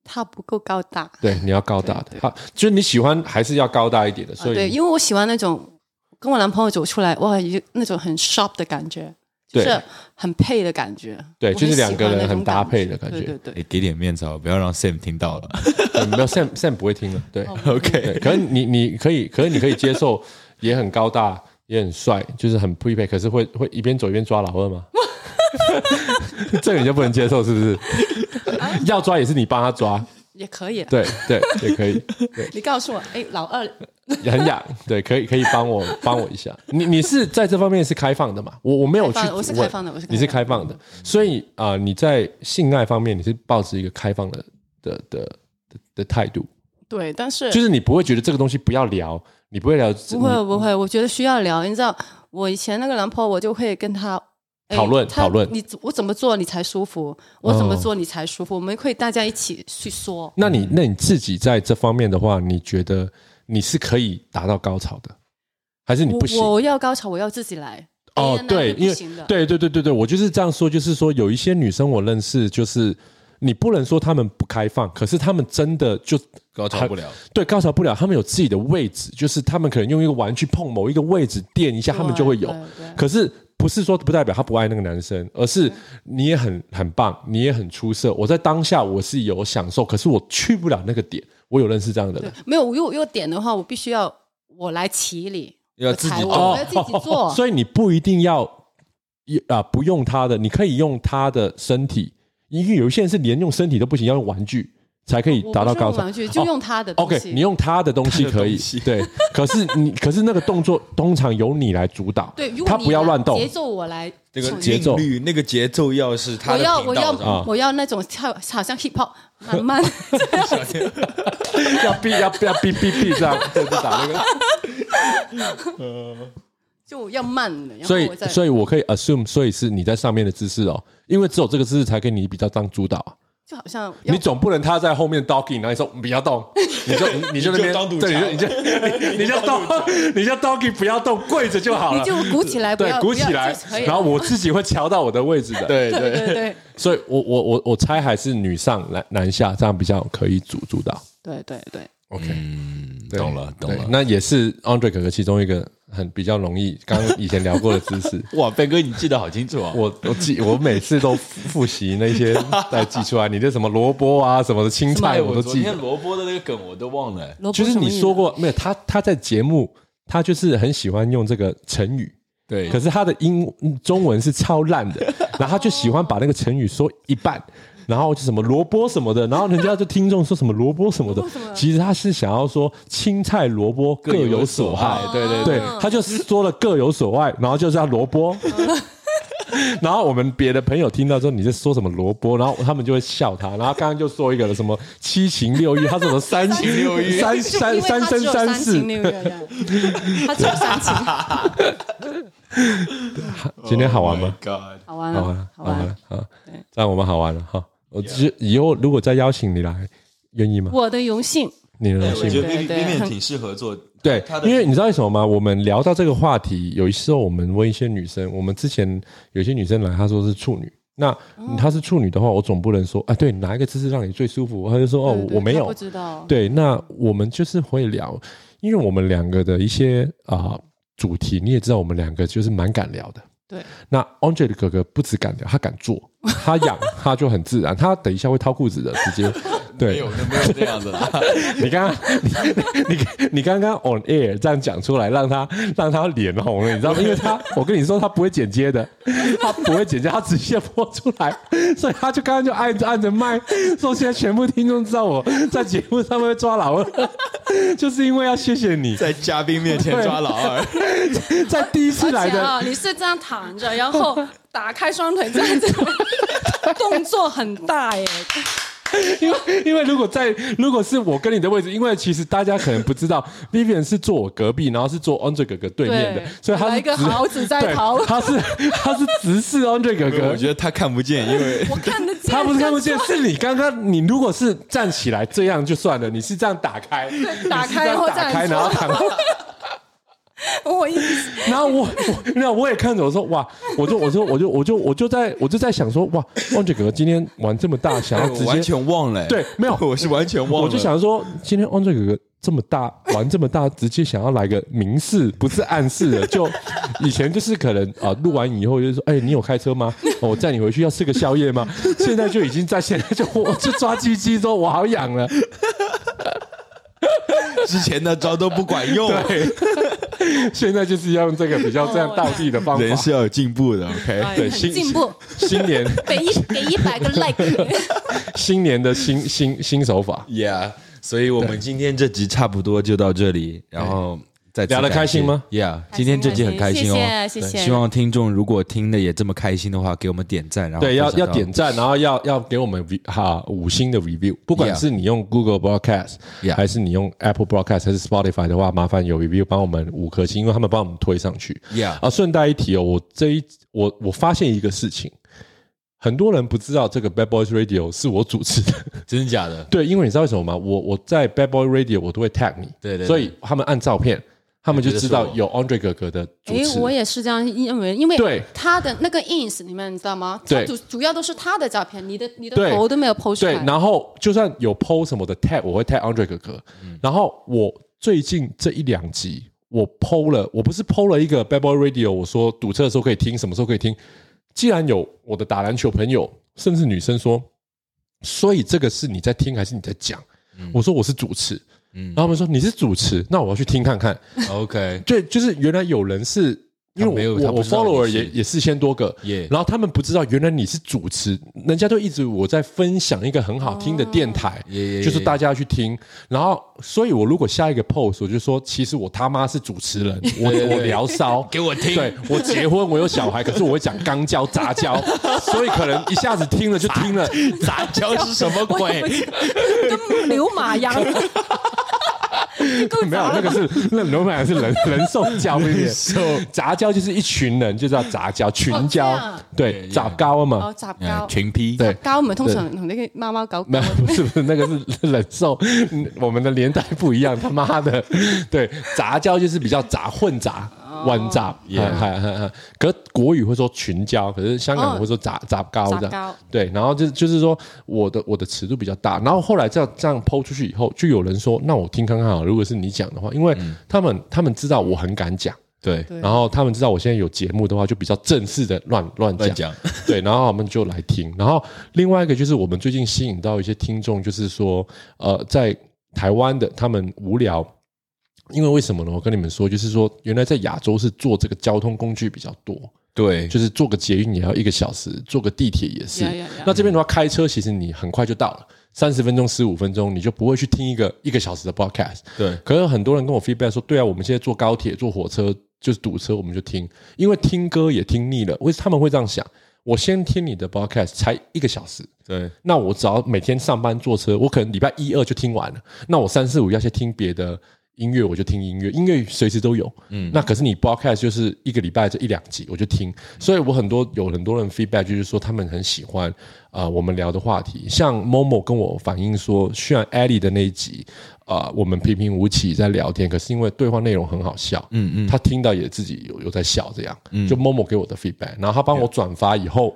S3: 他不够高大。
S2: 对，你要高大的，好，就是你喜欢还是要高大一点的，
S3: 啊
S2: 所以、
S3: 对，因为我喜欢那种跟我男朋友走出来，哇，有那种很 sharp 的感觉，就
S2: 对
S3: 是很配的感觉。
S2: 对
S3: 我很
S2: 就是两个人
S3: 喜欢那种
S2: 很搭配的感
S3: 感
S2: 觉
S3: 对对对
S1: 哎，，给点面子啊，不要让 Sam 听到了。
S2: 对没有 Sam Sam 不会听的，
S3: 哦
S2: 对， 对，
S1: OK，
S2: 可是你你可以，可是你可以接受，也很高大，也很帅， 就是很 prepay，可是会会一边走一边抓老二吗？ 这个你就不能接受，是不是？
S3: 啊
S2: 要抓也是你帮他抓，
S3: 也可以。啊
S2: 对对，也可以，对，
S3: 你告诉我，哎，老二
S2: 很痒，对，可以可以帮我帮我一下。你你是在这方面是开放的嘛？我我没有去
S3: 开放
S2: 问，
S3: 我是开放的我是开放的
S2: 你是开放的，所以啊、呃你在性爱方面你是抱持一个开放的的的的的态度，
S3: 对，但是
S2: 就是你嗯不会觉得这个东西不要聊，你不会聊，
S3: 不会不会，我觉得需要聊。你知道，我以前那个男朋友，我就会跟他。哎
S2: 讨论
S3: 他
S2: 讨论哦
S3: 你我怎么做你才舒服？我怎么做你才舒服？我们可以大家一起去说。
S2: 那你那你自己在这方面的话，你觉得你是可以达到高潮的，还是你不行？哦
S3: 我我要高潮，我要自己来。哎呀那
S2: 对，
S3: 是
S2: 因
S3: 不
S2: 为
S3: 行的。
S2: 对对对对对，我就是这样说，就是说有一些女生我认识，就是你不能说她们不开放，可是她们真的就
S1: 高潮不了，
S2: 对高潮不了，她们有自己的位置，就是她们可能用一个玩具碰某一个位置垫一下，她们就会有
S3: 对。对
S2: 可是不是说不代表她不爱那个男生，而是你也很很棒，你也很出色。我在当下我是有享受，可是我去不了那个点。我有认识这样的人
S3: 对，，没有，如果有点的话，我必须要我来骑你，
S1: 要
S3: 我
S1: 自己
S2: 哦
S3: 踩我
S1: 做
S3: 我要自己做。
S2: 所以你不一定要一啊、不用他的，你可以用他的身体，因为有一些人是连用身体都不行，要用玩具才可以
S3: 我
S2: 达到高
S3: 不是用
S2: 潮哦
S3: 玩。具就用他的东
S2: OK，
S3: 西。
S2: 你用他的东西可
S1: 他的
S2: 以
S1: 东西，
S2: 对。可是 你，可是那个动作通常由你来主导，
S3: 对，如果
S2: 他
S3: 你
S2: 不要
S3: 拿
S2: 乱动
S3: 节。奏我来。
S1: 这个
S3: 冲
S2: 节奏
S1: 韵律那个节奏要是他
S3: 我
S1: 的
S3: 要
S1: 频
S3: 我
S1: 道
S3: 要
S1: 的话
S2: 啊
S3: 我要那种跳，好像 hip hop，慢慢
S2: 要逼要要逼逼逼 这样，对，就打那个。
S3: 就要慢的，然后
S2: 所以
S3: 我，再
S2: 所以我可以 assume，所以是你在上面的姿势哦，因为只有这个姿势才给你比较当主导啊。
S3: 就好像要
S2: 你总不能他在后面 dogging，然后你说不要动，你就你你就那边
S1: 你就当赌
S2: 对，
S1: 场
S2: 你 就你就你就 dog 你就 dogging 不要动，跪着就好
S3: 你
S2: 了，
S3: 就鼓起来，不
S2: 对
S3: 要，
S2: 鼓
S3: 不要
S2: 起来
S3: 就可以，了
S2: 然后我自己会瞧到我的位置的，对，
S1: 对
S3: 对
S1: 对，
S3: 对对
S2: 所以我我我我猜还是女上男男下这样比较可以主主导
S3: 对对对，
S2: ，OK，
S1: 嗯，懂了懂了。
S2: 那也是 Andre 哥哥其中一个很比较容易，刚刚以前聊过的姿势。
S1: 哇，飞哥你记得好清楚啊！
S2: 我我记，我每次都复习那些再记出来，你的什么萝卜啊什么的青菜
S1: 哎，
S2: 我
S1: 我
S2: 都
S1: 昨
S2: 记得
S1: 天。萝卜的那个梗我都忘了。
S3: 萝卜
S2: 就是
S3: 什么
S2: 你
S3: 意
S2: 说
S3: 思，
S2: 过没有？他他在节目，他就是很喜欢用这个成语，
S1: 对，
S2: 可是他的英嗯中文是超烂的，然后他就喜欢把那个成语说一半，然后就什么萝卜什么的，然后人家就听众说什么萝卜什么的，其实他是想要说青菜萝卜各有所爱，
S1: 对对
S2: 对，他就说了各有所爱，然后就是要萝卜。然后我们别的朋友听到之后，你在说什么萝卜，然后他们就会笑他。然后刚刚就说一个了什么七情六欲，他说什么三情
S1: 六欲
S2: 三
S3: 就因
S2: 三
S3: 为
S2: 三
S3: 他
S2: 生
S3: 只有
S2: 三
S3: 三
S2: 世
S3: 情。六月 亮，他只有三情，
S2: 今天好玩吗？
S1: Oh God，
S3: 好玩
S2: 好
S3: 啊
S2: 玩，
S3: 好
S2: 玩
S3: 玩
S2: 了，好，这样我们好玩了哈。我只以后如果再邀请你来，愿意吗？
S3: 我的荣幸，
S2: 你的荣
S1: 我
S2: 幸。
S1: 觉得
S3: 对
S1: Vivi
S3: 对
S1: Vivi
S3: 很
S1: 挺适合做
S2: 对
S1: 他，的
S2: 因为你知道为什么吗？我们聊到这个话题，有时候我们问一些女生，我们之前有些女生来，她说是处女。那
S3: 哦
S2: 她是处女的话，我总不能说啊，对，哪一个姿势让你最舒服？她就说哦，
S3: 嗯对对
S2: 我没
S3: 他
S2: 有
S3: 不，知道，
S2: 对，那我们就是会聊，因为我们两个的一些啊、主题，你也知道，我们两个就是蛮敢聊的。
S3: 对，
S2: 那 Andre 的哥 哥不止敢聊，他敢做，他痒，他就很自然，他等一下会掏裤子的，直接。对
S4: 没有，那没有这样子 的。
S2: 你刚刚你你你刚刚 on air 这样讲出来，让他让他脸红了，你知道吗？因为他我跟你说他不会剪接的，他不会剪接，他直接播出来，所以他就刚刚就按着按着麦，说现在全部听众知道我在节目上面会抓老二，就是因为要谢谢你，
S4: 在嘉宾面前抓老 二，
S2: 在第一次来
S3: 而且
S2: 的
S3: 啊，你是这样躺着， 然后打开双腿这样 子，动作很大耶。
S2: 因为因为如果在如果是我跟你的位置，因为其实大家可能不知道，Vivian 是坐我隔壁，然后是坐 Andre 哥哥对面的
S3: 对，
S2: 所以他
S3: 来
S2: 是
S3: 一个
S2: 直
S3: 豪子在
S2: 对
S3: 逃，
S2: 他是他是直视 Andre 哥
S4: 我
S2: 哥。
S4: 觉得他看不见，因 为
S3: 我看得见，
S2: 他不是看不见，是你刚刚你如果是站起来这样就算了，你是这样打开，
S3: 打
S2: 你是这
S3: 开
S2: 样
S3: 然后
S2: 打开，
S3: 站着
S2: 然后躺
S3: 我一
S2: 然后我我那我也看着我说哇，我就我说我就我就我就在我就在想说哇，Andre 哥哥今天玩这么大，想要
S4: 我
S2: 直
S4: 完
S2: 接
S4: 全忘了。
S2: 对 没有
S4: 我是完全忘了。
S2: 我就想说，今天 Andre 哥哥这么大玩这么大，直接想要来个明示，不是暗示的。 就以前就是可能啊，录完以后就是说，哎、你有开车吗？哦我载你回去要吃个宵夜吗？现在就已经在现在就我就抓鸡鸡说，我好痒了。
S4: 之前的招都不管 用，
S2: 现在就是要用这个比较这样道地的方法。
S4: 人是要有进步 的。
S3: 哎
S4: OK，
S2: 对
S3: 很
S2: 新
S3: 进步，
S2: 新年
S3: 给一给一百个 like。
S2: 新年的新新新手法，
S1: Yeah，所以我们今天这集差不多就到这里，然后再次
S2: 聊得
S1: 感谢
S2: 开心吗
S1: ？Yeah，今天这集很开心哦，
S3: 开心谢谢
S1: 对
S3: 谢谢
S1: 希望听众如果听的也这么开心的话，给我们点赞，然后
S2: 对，要
S1: 分享
S2: 要
S1: 到
S2: 点赞，然后要要给我们 re- 哈五星的 review，不管
S1: Yeah
S2: 是你用 Google Broadcast，、
S1: Yeah
S2: 还是你用 Apple Broadcast 还是 Spotify 的话，麻烦有 review 帮我们五颗星，因为他们帮我们推上去。
S1: Yeah
S2: 啊，顺带一提哦，我这一我我发现一个事情，很多人不知道这个 Bad Boys Radio 是我主持的。
S1: 真的假的？
S2: 对，因为你知道为什么吗？我我在 Bad Boy Radio 我都会 tag 你，
S1: 对对对
S2: 所以他们按照片，他们就知道
S1: 对
S2: 有 Andre 哥哥的主
S3: 诶，
S2: 持。
S3: 哎我也是这样认为，因为
S2: 对
S3: 他的那个 ins 里面，你知道吗？他
S2: 对
S3: 主主要都是他的照片，你的你的
S2: 对
S3: 头都没有 PO 出
S2: 对，
S3: 来。
S2: 然后就算有 PO 什么的 tag，我会 tag Andre 哥哥。然后我最近这一两集，我 PO 了，我不是 PO 了一个 Bad Boy Radio，我说堵车的时候可以听，什么时候可以听。既然有我的打篮球朋友，甚至女生说，所以这个是你在听还是你在讲？我说我是主持，然后他们说你是主持，那我要去听看看。
S1: OK，
S2: 对，就是原来有人是因为
S1: 他没有
S2: 我
S1: 他
S2: 我
S1: 不
S2: 我
S1: 知道你
S2: follower
S1: 是
S2: 也也四千多个
S1: Yeah
S2: 然后他们不知道原来你是主持，人家都一直我在分享一个很好听的电台
S1: Yeah, yeah,
S2: 就是大家要去听。然后，所以我如果下一个 post 我就说，其实我他妈是主 持人，我我聊骚，
S1: 给我听
S2: 对我结婚，我有小孩，可是我会讲肛交、杂交，所以可能一下子听了就听了，
S1: 杂交是什么 鬼？
S2: 啊
S3: 跟刘 马一样， 够
S2: 没有
S3: 杂
S2: 那
S3: 了
S2: 个
S3: 吧？
S2: 是 那罗马是人 人兽交，对不对？杂交就是一群人，就叫杂交、群交，
S3: 哦这样
S2: 对，杂交嘛。
S3: 哦，杂
S1: 呃
S2: 哎
S3: 交，
S1: 群批
S2: 对
S3: 高我们通常同那个猫猫狗狗
S2: 没有，不是不是，那个是人兽，嗯 我们的年代不一样，他妈的， 对，杂交就是比较杂混杂。
S3: 哦
S2: 混杂，哎嗨嗨嗨嗨可是国语会说群交，可是香港
S3: 哦
S2: 会说杂杂交
S3: 杂
S2: 这样
S3: 交。
S2: 对，然后就就是说我的我的尺度比较大，然后后来这样这样抛出去以后，就有人说，那我听看看好了，如果是你讲的话，因为
S1: 嗯
S2: 他们他们知道我很敢讲，
S1: 对
S3: 对
S2: 然后他们知道我现在有节目的话，就比较正式的乱乱
S1: 乱
S2: 讲，
S1: 讲，
S2: 对，然后他们就来听。然后另外一个就是我们最近吸引到一些听众，就是说，呃，在台湾的他们无聊，因为为什么呢？我跟你们说，就是说，原来在亚洲是坐这个交通工具比较多，
S1: 对，
S2: 就是坐个捷运也要一个小时，坐个地铁也是。
S3: 呀呀呀
S2: 那这边的话，开车其实你很快就到了，三十分钟、十五分钟，你就不会去听一个一个小时的 podcast。
S1: 对
S2: 可是很多人跟我 feedback 说，对啊，我们现在坐高铁、坐火车就是堵车，我们就听，因为听歌也听腻了。为他们会这样想，我先听你的 podcast 才一个小时，
S1: 对
S2: 那我只要每天上班坐车，我可能礼拜一二就听完了，那我三四五要先听别的。音乐我就听音乐，音乐随时都有。嗯，那可是你 broadcast 就是一个礼拜这一两集我就听，所以我很多有很多人 feedback 就是说他们很喜欢啊、呃我们聊的话题，像 Momo 跟我反映说，虽然 Ellie 的那一集啊、呃我们平平无奇在聊天，可是因为对话内容很好笑，嗯嗯，他听到也自己有有在笑这样，
S1: 嗯
S2: 就 Momo 给我的 feedback，然后他帮我转发以后。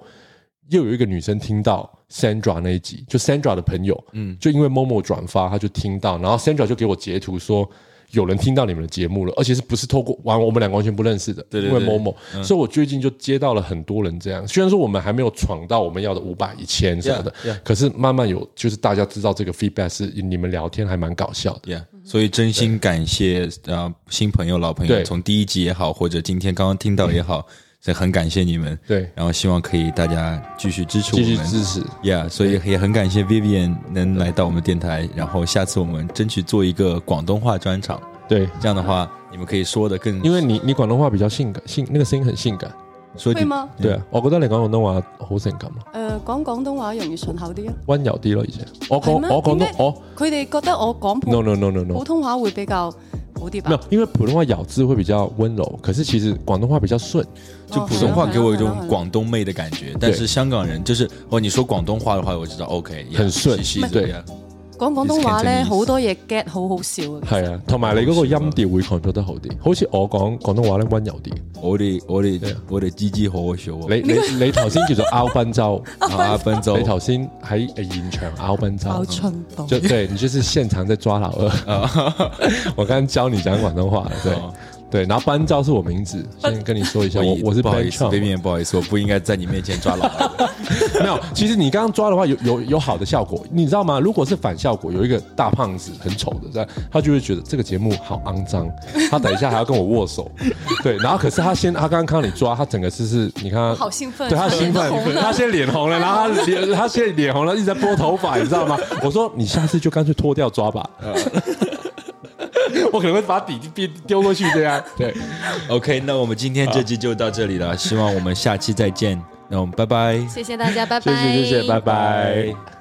S2: 又有一个女生听到 Sandra 那一集，就 Sandra 的朋友，嗯，就因为 Momo 转发，她就听到，然后 Sandra 就给我截图说，有人听到你们的节目了，而且是不是透过完我们两个完全不认识的，
S1: 对对
S2: 因为
S1: 对
S2: 某某，所以我最近就接到了很多人这样。虽然说我们还没有闯到我们要的五百、一千什么的
S1: Yeah, yeah
S2: 可是慢慢有，就是大家知道这个 feedback 是你们聊天还蛮搞笑的。
S1: Yeah，所以真心感谢呃新朋友、老朋友，
S2: 对嗯
S1: 从第一集也好，或者今天刚刚听到也好，所以很感谢你们。
S2: 对
S1: 然后希望可以大家继续支持我
S2: 继
S1: 们，
S2: 续支持，
S1: Yeah，所以也很感谢 Vivian 能来到我们电台，然后下次我们争取做一个广东话专场，
S2: 对，
S3: 嗯
S1: 这样的话你们可以说的更
S2: 因为你你广东话比较性感，性那个声音很性感，
S1: 说一
S3: 會
S1: 点
S3: 嗎？
S2: 對啊，我覺得你講廣東話好性感咯，
S3: 誒講廣東話容易順口啲咯。
S2: 温柔啲咯，而且我講
S3: 係咩
S2: 我廣
S3: 點解
S2: 東我
S3: 佢哋覺得我講普
S2: no no no no
S3: 普
S2: no
S3: 通啊話會比較好啲吧？
S2: 沒有，因為普通話咬字會比較温柔，可是其實廣東話比較 順，
S1: 就
S3: 哦
S1: 普通话
S3: 可能
S1: 给我一
S3: 可能可
S1: 种
S3: 能
S1: 广东妹的感觉，但是香港人就是哦，你说广东话的话，我知道 OK，
S2: 很順對
S3: 講廣東話
S1: It's
S3: 咧，
S1: Cantonese
S3: 好多嘢 get 好好笑嘅。
S2: 係啊，同埋你嗰個音調會 control 得好啲，好似我講廣東話咧温柔啲，
S1: 我哋我
S2: 對
S1: 哋
S2: 啊
S1: 我哋支支好好笑哦，
S2: 你你你頭先 叫做拗賓州，
S1: 啊分走
S2: 你頭先喺呃現場拗賓
S3: 好
S2: 州。
S3: 衝動，
S2: 就對你就是現場在抓老二， 我剛剛教你講廣東話了，對
S1: 哦
S2: 對，然後賓州是我名字，先跟你说一下，我
S1: 以
S2: 我是啊
S1: 不好
S2: Ben
S1: 意思
S2: Chong
S1: ，Vivian 不好意思，我不应该在你面前抓老 二的。
S2: 没有，其实你刚刚抓的话有有有好的效果，你知道吗？如果是反效果，有一个大胖子很丑的，在他就会觉得这个节目好肮脏，他等一下还要跟我握手，对，然后可是他先他刚刚看到你抓，他整个是是，你看他
S3: 好兴奋
S2: 对他兴
S3: 他脸红
S2: 奋，
S3: 了
S2: 他先脸红了，然后他脸他现在脸红了，一直在拨头发，你知道吗？我说你下次就干脆脱掉抓吧。我可能会把底丢丢过去，这样对，
S1: OK，那我们今天这期就到这里了，希望我们下期再见，那我们拜拜。
S3: 謝謝大家，拜
S2: 谢
S3: 拜，
S2: 谢谢谢，拜拜。